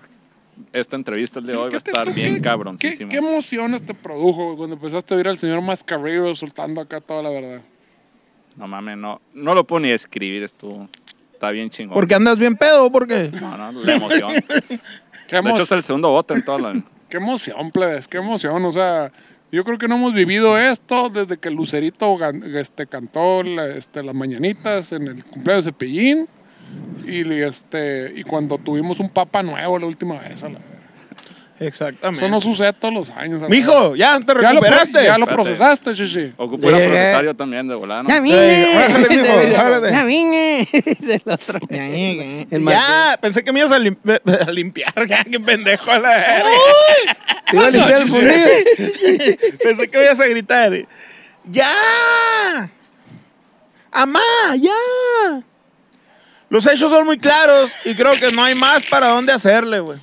S5: esta entrevista el día de hoy va a
S1: ¿Qué te-
S5: estar
S1: qué-
S5: bien
S1: qué- ¿Qué,
S5: cabroncísima.
S1: qué emociones te produjo güey, cuando empezaste a oír al señor Mascarrero soltando acá toda la verdad?
S5: No mames, no, no lo puedo ni escribir, esto está bien chingón.
S4: Porque andas bien pedo, porque.
S5: No, no, la emoción. De
S1: Qué, emo-
S5: hecho, es el segundo bote en toda la...
S1: qué emoción, plebes, qué emoción. O sea, yo creo que no hemos vivido esto desde que Lucerito gan- este, cantó la- este, las mañanitas en el cumpleaños de Cepillín y, le- este, y cuando tuvimos un papa nuevo la última vez. a la verga.
S4: Exactamente.
S1: Eso no sucede todos los años. a la verga.
S4: Mijo, ya te
S1: ya lo, pro-
S4: recuperaste.
S1: ya lo
S5: Espérate.
S1: procesaste, chichi.
S5: Ocupo ir a
S2: Llegué.
S5: procesar yo también de volar, ¿no?
S4: Ey, órale, mijo, órale.
S2: ¡Ya vine! Del otro. El
S4: Ya,
S2: Martín.
S4: pensé que me ibas a, lim- a limpiar. Ya, qué pendejo a la verga.
S2: Te iba a limpiar el fundillo.
S4: Pensé que me ibas a gritar. ¡Ya! ¡Amá, ya! Los hechos son muy claros y creo que no hay más para dónde hacerle, güey.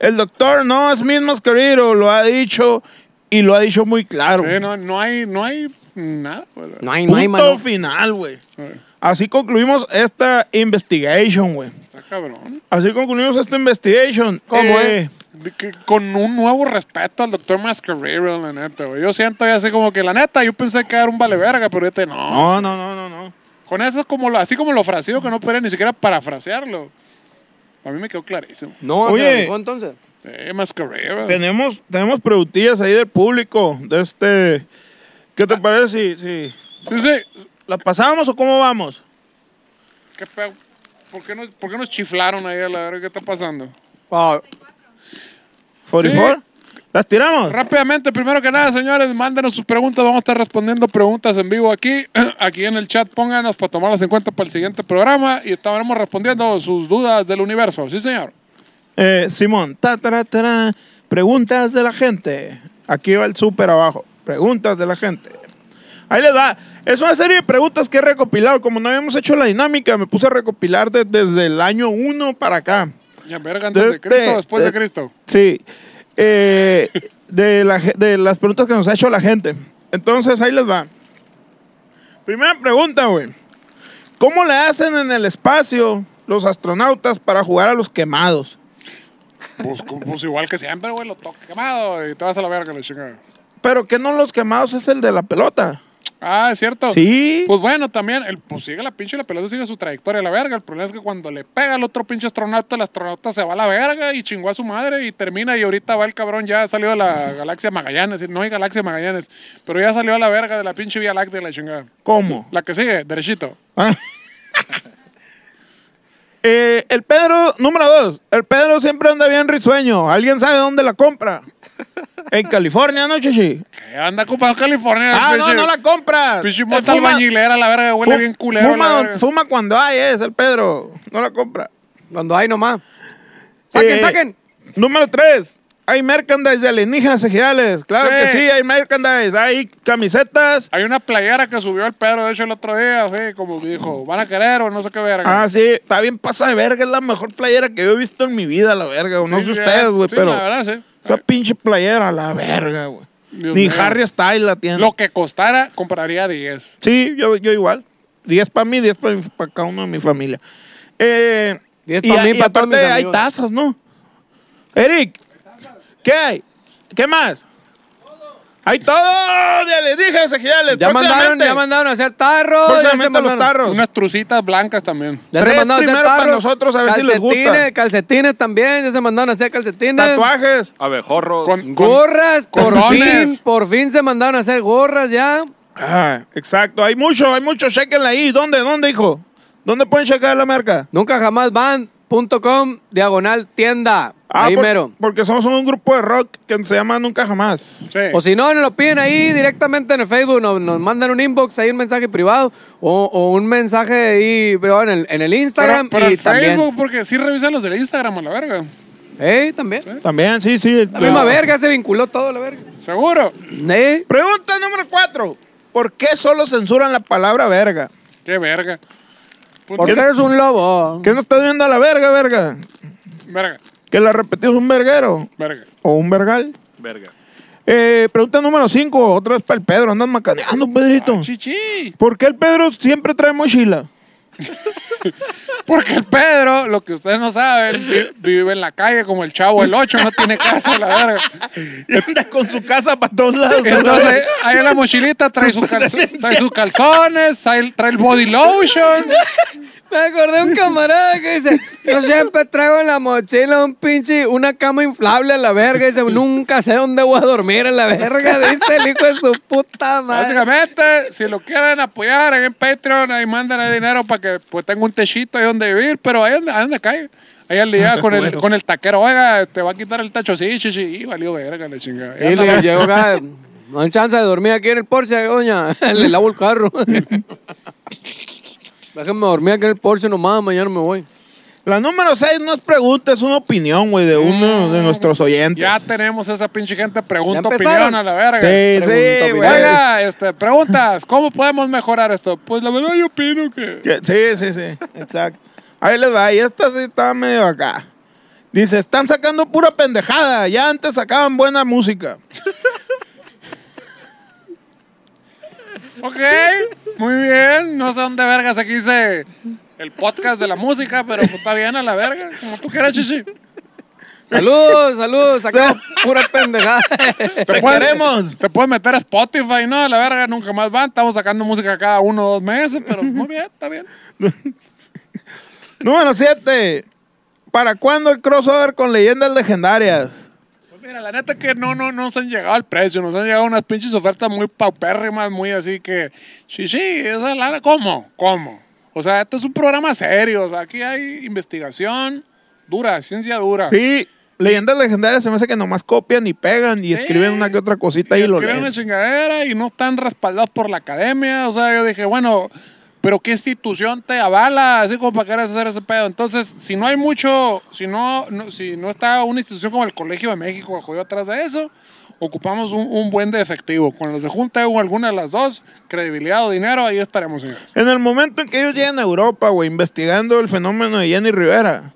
S4: El doctor no es mismo querido, lo ha dicho y lo ha dicho muy claro.
S1: Sí, no, no hay, no hay nada. güey.
S2: No hay, no hay,
S4: Punto
S2: mano.
S4: final, güey.
S1: Eh,
S4: Así concluimos esta investigation, güey.
S1: Está cabrón.
S4: Así concluimos esta investigation.
S2: ¿Cómo, eh?
S1: De que con un nuevo respeto al doctor Mascarero, la neta, güey. Yo siento ya así como que, la neta, yo pensé que era un vale verga, pero este no.
S4: No, no, no, no, no.
S1: Con eso es como lo, así como lo fraseo que no podía ni siquiera parafrasearlo. A mí me quedó clarísimo.
S2: No,
S4: Oye.
S2: se la rifó entonces.
S1: Eh, Mascarero.
S4: Tenemos, tenemos preguntillas ahí del público. De este. ¿Qué te parece si- si
S1: Sí, sí.
S4: ¿La pasamos o cómo vamos?
S1: Qué pedo. ¿Por qué, nos, ¿Por qué nos chiflaron ahí a la verga? ¿Qué está pasando?
S4: Ah,
S2: Oh,
S4: 44. ¿Las tiramos?
S1: Rápidamente, primero que nada, señores, mándenos sus preguntas. Vamos a estar respondiendo preguntas en vivo aquí. Aquí en el chat, pónganos para tomarlas en cuenta para el siguiente programa y estaremos respondiendo sus dudas del universo. Sí, señor.
S4: Eh, Simón, ta, ta, ta, ta. preguntas de la gente. Aquí va el súper abajo. Preguntas de la gente. Ahí les va. Es una serie de preguntas que he recopilado. Como no habíamos hecho la dinámica, me puse a recopilar de- desde el año 1 para acá.
S1: Ya, verga, antes de
S4: Este,
S1: Cristo, después de
S4: este.
S1: Cristo.
S4: Sí. Eh, de, la ge- de las preguntas que nos ha hecho la gente. Entonces, ahí les va. Primera pregunta, güey. ¿Cómo le hacen en el espacio los astronautas para jugar a los quemados?
S1: Pues, cu- pues igual que siempre, güey, lo toque quemado y te vas a la verga, la chingada.
S4: Pero que no los quemados es el de la pelota.
S1: Ah, es cierto.
S4: Sí.
S1: Pues bueno, también, el, pues sigue la pinche, la pelota sigue su trayectoria a la verga. El problema es que cuando le pega al otro pinche astronauta, el astronauta se va a la verga y chingó a su madre y termina. Y ahorita va el cabrón, ya salió de la galaxia Magallanes. No hay galaxia Magallanes, pero ya salió a la verga de la pinche Vía Láctea, la chingada.
S4: ¿Cómo? Ah.
S1: La que sigue, derechito.
S4: Eh, el Pedro, número dos. El Pedro siempre anda bien risueño. ¿Alguien sabe dónde la compra? En California, ¿no, Chichi?
S1: Que anda ocupado California. el
S4: Ah, no,
S1: pinche-
S4: no la compra.
S1: Pinche
S4: Eh,
S1: mota
S4: fuma-
S1: albañilera, la verga, huele
S4: Fu-
S1: bien culero.
S4: Fuma,
S1: la
S4: don-
S1: verga.
S4: fuma cuando hay, es el Pedro. No la compra.
S2: cuando hay nomás. ¡Saquen,
S4: Eh,
S2: saquen!
S4: Número 3. Hay merchandise de alienígenas ejidales. Claro
S1: Sí.
S4: que sí, hay merchandise. Hay camisetas.
S1: Hay una playera que subió el Pedro, de hecho, el otro día, así como que dijo, ¿van a querer o no sé qué verga?
S4: Ah, sí. Está bien pasa de verga. Es la mejor playera que yo he visto en mi vida, la verga. güey. No
S1: Sí,
S4: sé
S1: sí,
S4: ustedes, güey,
S1: sí,
S4: pero...
S1: la verdad, sí.
S4: Esa pinche playera, la verga, güey.
S1: Dios
S4: Ni
S1: mío.
S4: Harry Styles la tiene.
S1: Lo que costara, compraría 10.
S4: Sí, yo, yo igual. 10 para mí, 10 para cada uno de mi familia. Eh,
S2: 10
S4: y
S2: pa' mí,
S4: y
S2: pa' todos mis
S4: aparte hay
S2: amigos.
S4: tazas, ¿no? Eric, ¿qué hay? ¿Qué más? Hay todo de alienígenas ejidales.
S2: Ya mandaron,
S4: Próximamente.
S2: ya mandaron a hacer tarros. ya se
S4: Próximamente los
S2: mandaron.
S4: tarros.
S1: Unas trucitas blancas también.
S2: Ya se
S4: Tres
S2: mandaron a hacer
S4: primero para
S2: tarros.
S4: nosotros, a ver si les gusta.
S2: Calcetines, calcetines también. Ya se mandaron a hacer calcetines.
S4: Tatuajes.
S5: Abejorros.
S1: Con, con-
S2: Gorras, por
S1: condones.
S2: fin, por fin se mandaron a hacer gorras ya.
S4: Ah, exacto. Hay mucho, hay mucho. Chequenla ahí. ¿Dónde, dónde, hijo? ¿Dónde pueden checar la marca?
S2: Nunca jamás van.com diagonal tienda.
S4: Ah,
S2: ahí
S4: por-
S2: mero.
S4: Porque somos un grupo de rock que se llama Nunca Jamás.
S1: sí.
S2: O si no, nos lo piden ahí directamente en el Facebook, nos, nos mandan un inbox, ahí un mensaje privado o, o un mensaje ahí privado en el, en el Instagram
S1: pero, pero
S2: y
S1: en
S2: también.
S1: Facebook, porque sí revisan los del Instagram a la verga.
S2: Eh, también.
S4: También, sí, sí.
S2: La misma verga, se vinculó todo la verga.
S1: Seguro.
S2: Eh,
S4: Pregunta número cuatro. ¿Por qué solo censuran la palabra verga?
S1: Qué verga. Puta
S2: porque eres un lobo.
S4: ¿Qué no estás viendo a la verga, verga?
S1: Verga,
S4: ¿Que la repetimos un verguero?
S1: verga.
S4: ¿O un vergal?
S5: Verga.
S4: Eh, pregunta número cinco. Otra vez para el Pedro. Andas macaneando, Pedrito.
S1: Chichi.
S4: ¿Por qué el Pedro siempre trae mochila?
S1: Porque el Pedro, lo que ustedes no saben, vi- vive en la calle como el chavo el 8, no tiene casa, la verga.
S4: Y anda con su casa para todos lados.
S1: Entonces, ahí en la mochilita trae, sus calzo- trae sus calzones, trae el, trae el body lotion.
S2: Me acordé de un camarada que dice, yo siempre traigo en la mochila un pinche, una cama inflable a la verga. Dice, nunca sé dónde voy a dormir a la verga, dice el hijo de su puta madre.
S1: Básicamente, si lo quieren apoyar ahí en Patreon, ahí mandan el dinero para que pues tenga un techito ahí donde vivir, pero ahí anda, anda calle. Ahí al día con el, con el taquero, oiga, te va a quitar el tacho, sí, sí, sí, y valió verga, le chingada.
S2: Y le llegó acá, no hay chance de dormir aquí en el Porsche, doña. Le lavo el carro. Déjenme dormir aquí en el Porsche nomás, mañana me voy.
S4: La número seis no es pregunta, es una opinión, güey, de uno de nuestros oyentes.
S1: Ya tenemos esa pinche gente, pregunta
S2: Ya empezaron.
S1: opinión a la verga.
S4: Sí,
S2: Pregunta,
S4: sí, güey.
S1: Oiga, este, preguntas, ¿cómo podemos mejorar esto? Pues la verdad yo opino que...
S4: Que- Sí, sí, sí, exacto. Ahí les va, y esta sí está medio acá. Dice, están sacando pura pendejada, ya antes sacaban buena música.
S1: Ok, muy bien, no sé dónde vergas aquí hice el podcast de la música, pero pues, está bien a la verga, como tú quieras, chichi.
S2: Saludos, saludos, sacamos pura pendejada.
S4: Te
S1: puedes-
S4: queremos.
S1: Te puedes meter a Spotify, no, a la verga, nunca más van, estamos sacando música cada uno o dos meses, pero muy bien, está bien.
S4: Número 7. ¿Para cuándo el crossover con leyendas legendarias?
S1: Pues mira, la neta que no, no, no nos han llegado al precio, nos han llegado unas pinches ofertas muy paupérrimas, muy así que, sí, sí, esa lana, ¿cómo? ¿Cómo? O sea, esto es un programa serio, o sea, aquí hay investigación dura, ciencia dura.
S4: Sí, leyendas legendarias se me hace que nomás copian y pegan y escriben una que otra cosita y,
S1: Y
S4: lo
S1: escriben
S4: leen.
S1: una chingadera y no están respaldados por la academia. O sea, yo dije, bueno, pero ¿qué institución te avala? Así como para querer hacer ese pedo. Entonces, si no hay mucho, si no, no- si no está una institución como el Colegio de México jodido atrás de eso, ocupamos un, un buen de efectivo. Con los de Junta o alguna de las dos, credibilidad o dinero, ahí estaremos, señores.
S4: En el momento en que ellos lleguen a Europa, güey, investigando el fenómeno de Jenny Rivera.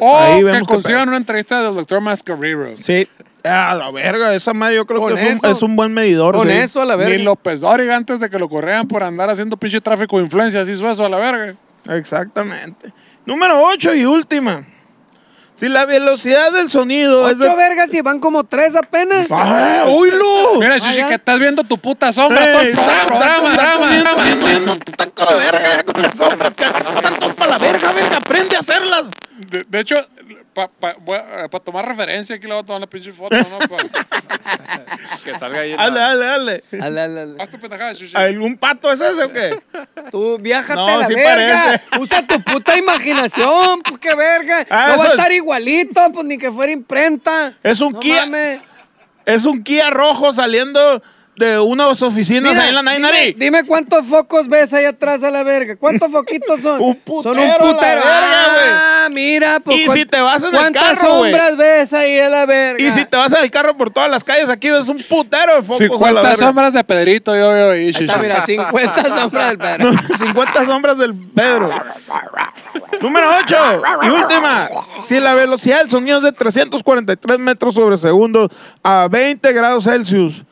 S1: O
S4: Ahí
S1: que
S4: vemos qué
S1: consigan
S4: pedo.
S1: una entrevista del doctor Mascarero.
S4: Sí. A la verga, esa madre yo creo
S2: Con
S4: que es un,
S2: eso.
S4: es un buen medidor.
S2: Con
S4: sí.
S2: eso a la
S1: Ni
S2: verga.
S1: López Dóriga antes de que lo corrieran por andar haciendo pinche tráfico de influencias hizo eso a la verga.
S4: Exactamente. Número 8 y última. Si la velocidad del sonido es
S2: Ocho
S4: de...
S2: vergas y van como tres apenas.
S4: ¡Ah, oílo!
S1: Mira, Shishi, que estás viendo tu puta sombra todo
S4: Ey,
S1: el pro- programa, drama, drama.
S4: ¡Para la verga, verga! ¡Aprende a hacerlas!
S1: De, de hecho, para eh, tomar referencia, aquí le voy a tomar una pinche foto, ¿no? Pa-
S5: Que salga ahí.
S4: ¡Dale, dale, dale!
S2: Ala, ala, ala.
S1: Haz tu pendejada, Shishi.
S4: ¿Algún pato es ese o qué?
S2: Tú viajate
S4: No,
S2: a la
S4: sí
S2: verga.
S4: parece.
S2: Usa tu puta imaginación, pues qué verga.
S4: Ah,
S2: no va
S4: eso-
S2: a estar igualito, pues ni que fuera imprenta.
S4: Es un
S2: no
S4: Kia.
S2: mames.
S4: Es un Kia rojo saliendo de unas oficinas
S2: Mira,
S4: ahí en la Nainari.
S2: Dime cuántos focos ves ahí atrás a la verga. ¿Cuántos foquitos son?
S4: Un putero
S2: Son un
S4: a la
S2: putero.
S4: verga,
S2: ah, mira, pues.
S4: Y
S2: cuán-
S4: si te vas en el
S2: ¿Cuántas
S4: carro, güey?
S2: sombras ves ahí a la verga?
S4: Y si te vas en el carro por todas las calles, aquí ves un putero de focos. a la
S1: 50
S4: verga.
S1: sombras de Pedrito, yo veo ahí.
S2: Ahí está,
S1: Shishi.
S2: mira, 50 sombras del verga.
S4: 50 sombras del Pedro. Número 8. Y última. Si la velocidad del sonido es de 343 metros sobre segundo a 20 grados Celsius,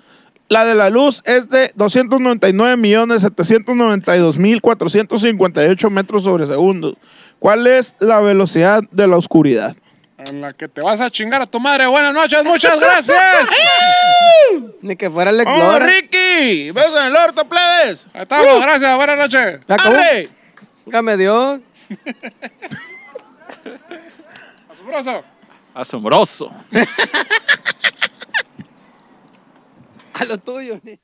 S4: la de la luz es de 299.792.458 metros sobre segundo. ¿Cuál es la velocidad de la oscuridad?
S1: A la que te vas a chingar a tu madre. Buenas noches, muchas gracias.
S2: Ni que fuera el
S4: ¡Vamos,
S2: Eclore.
S4: Ricky! ¡Ves en el orto, plebes!
S1: Ahí Estamos, gracias, buenas noches.
S2: ¿Se acabó?
S4: ¡Arre!
S2: Válgame Dios.
S1: Asombroso.
S5: Asombroso.
S2: A lo tuyo, ni-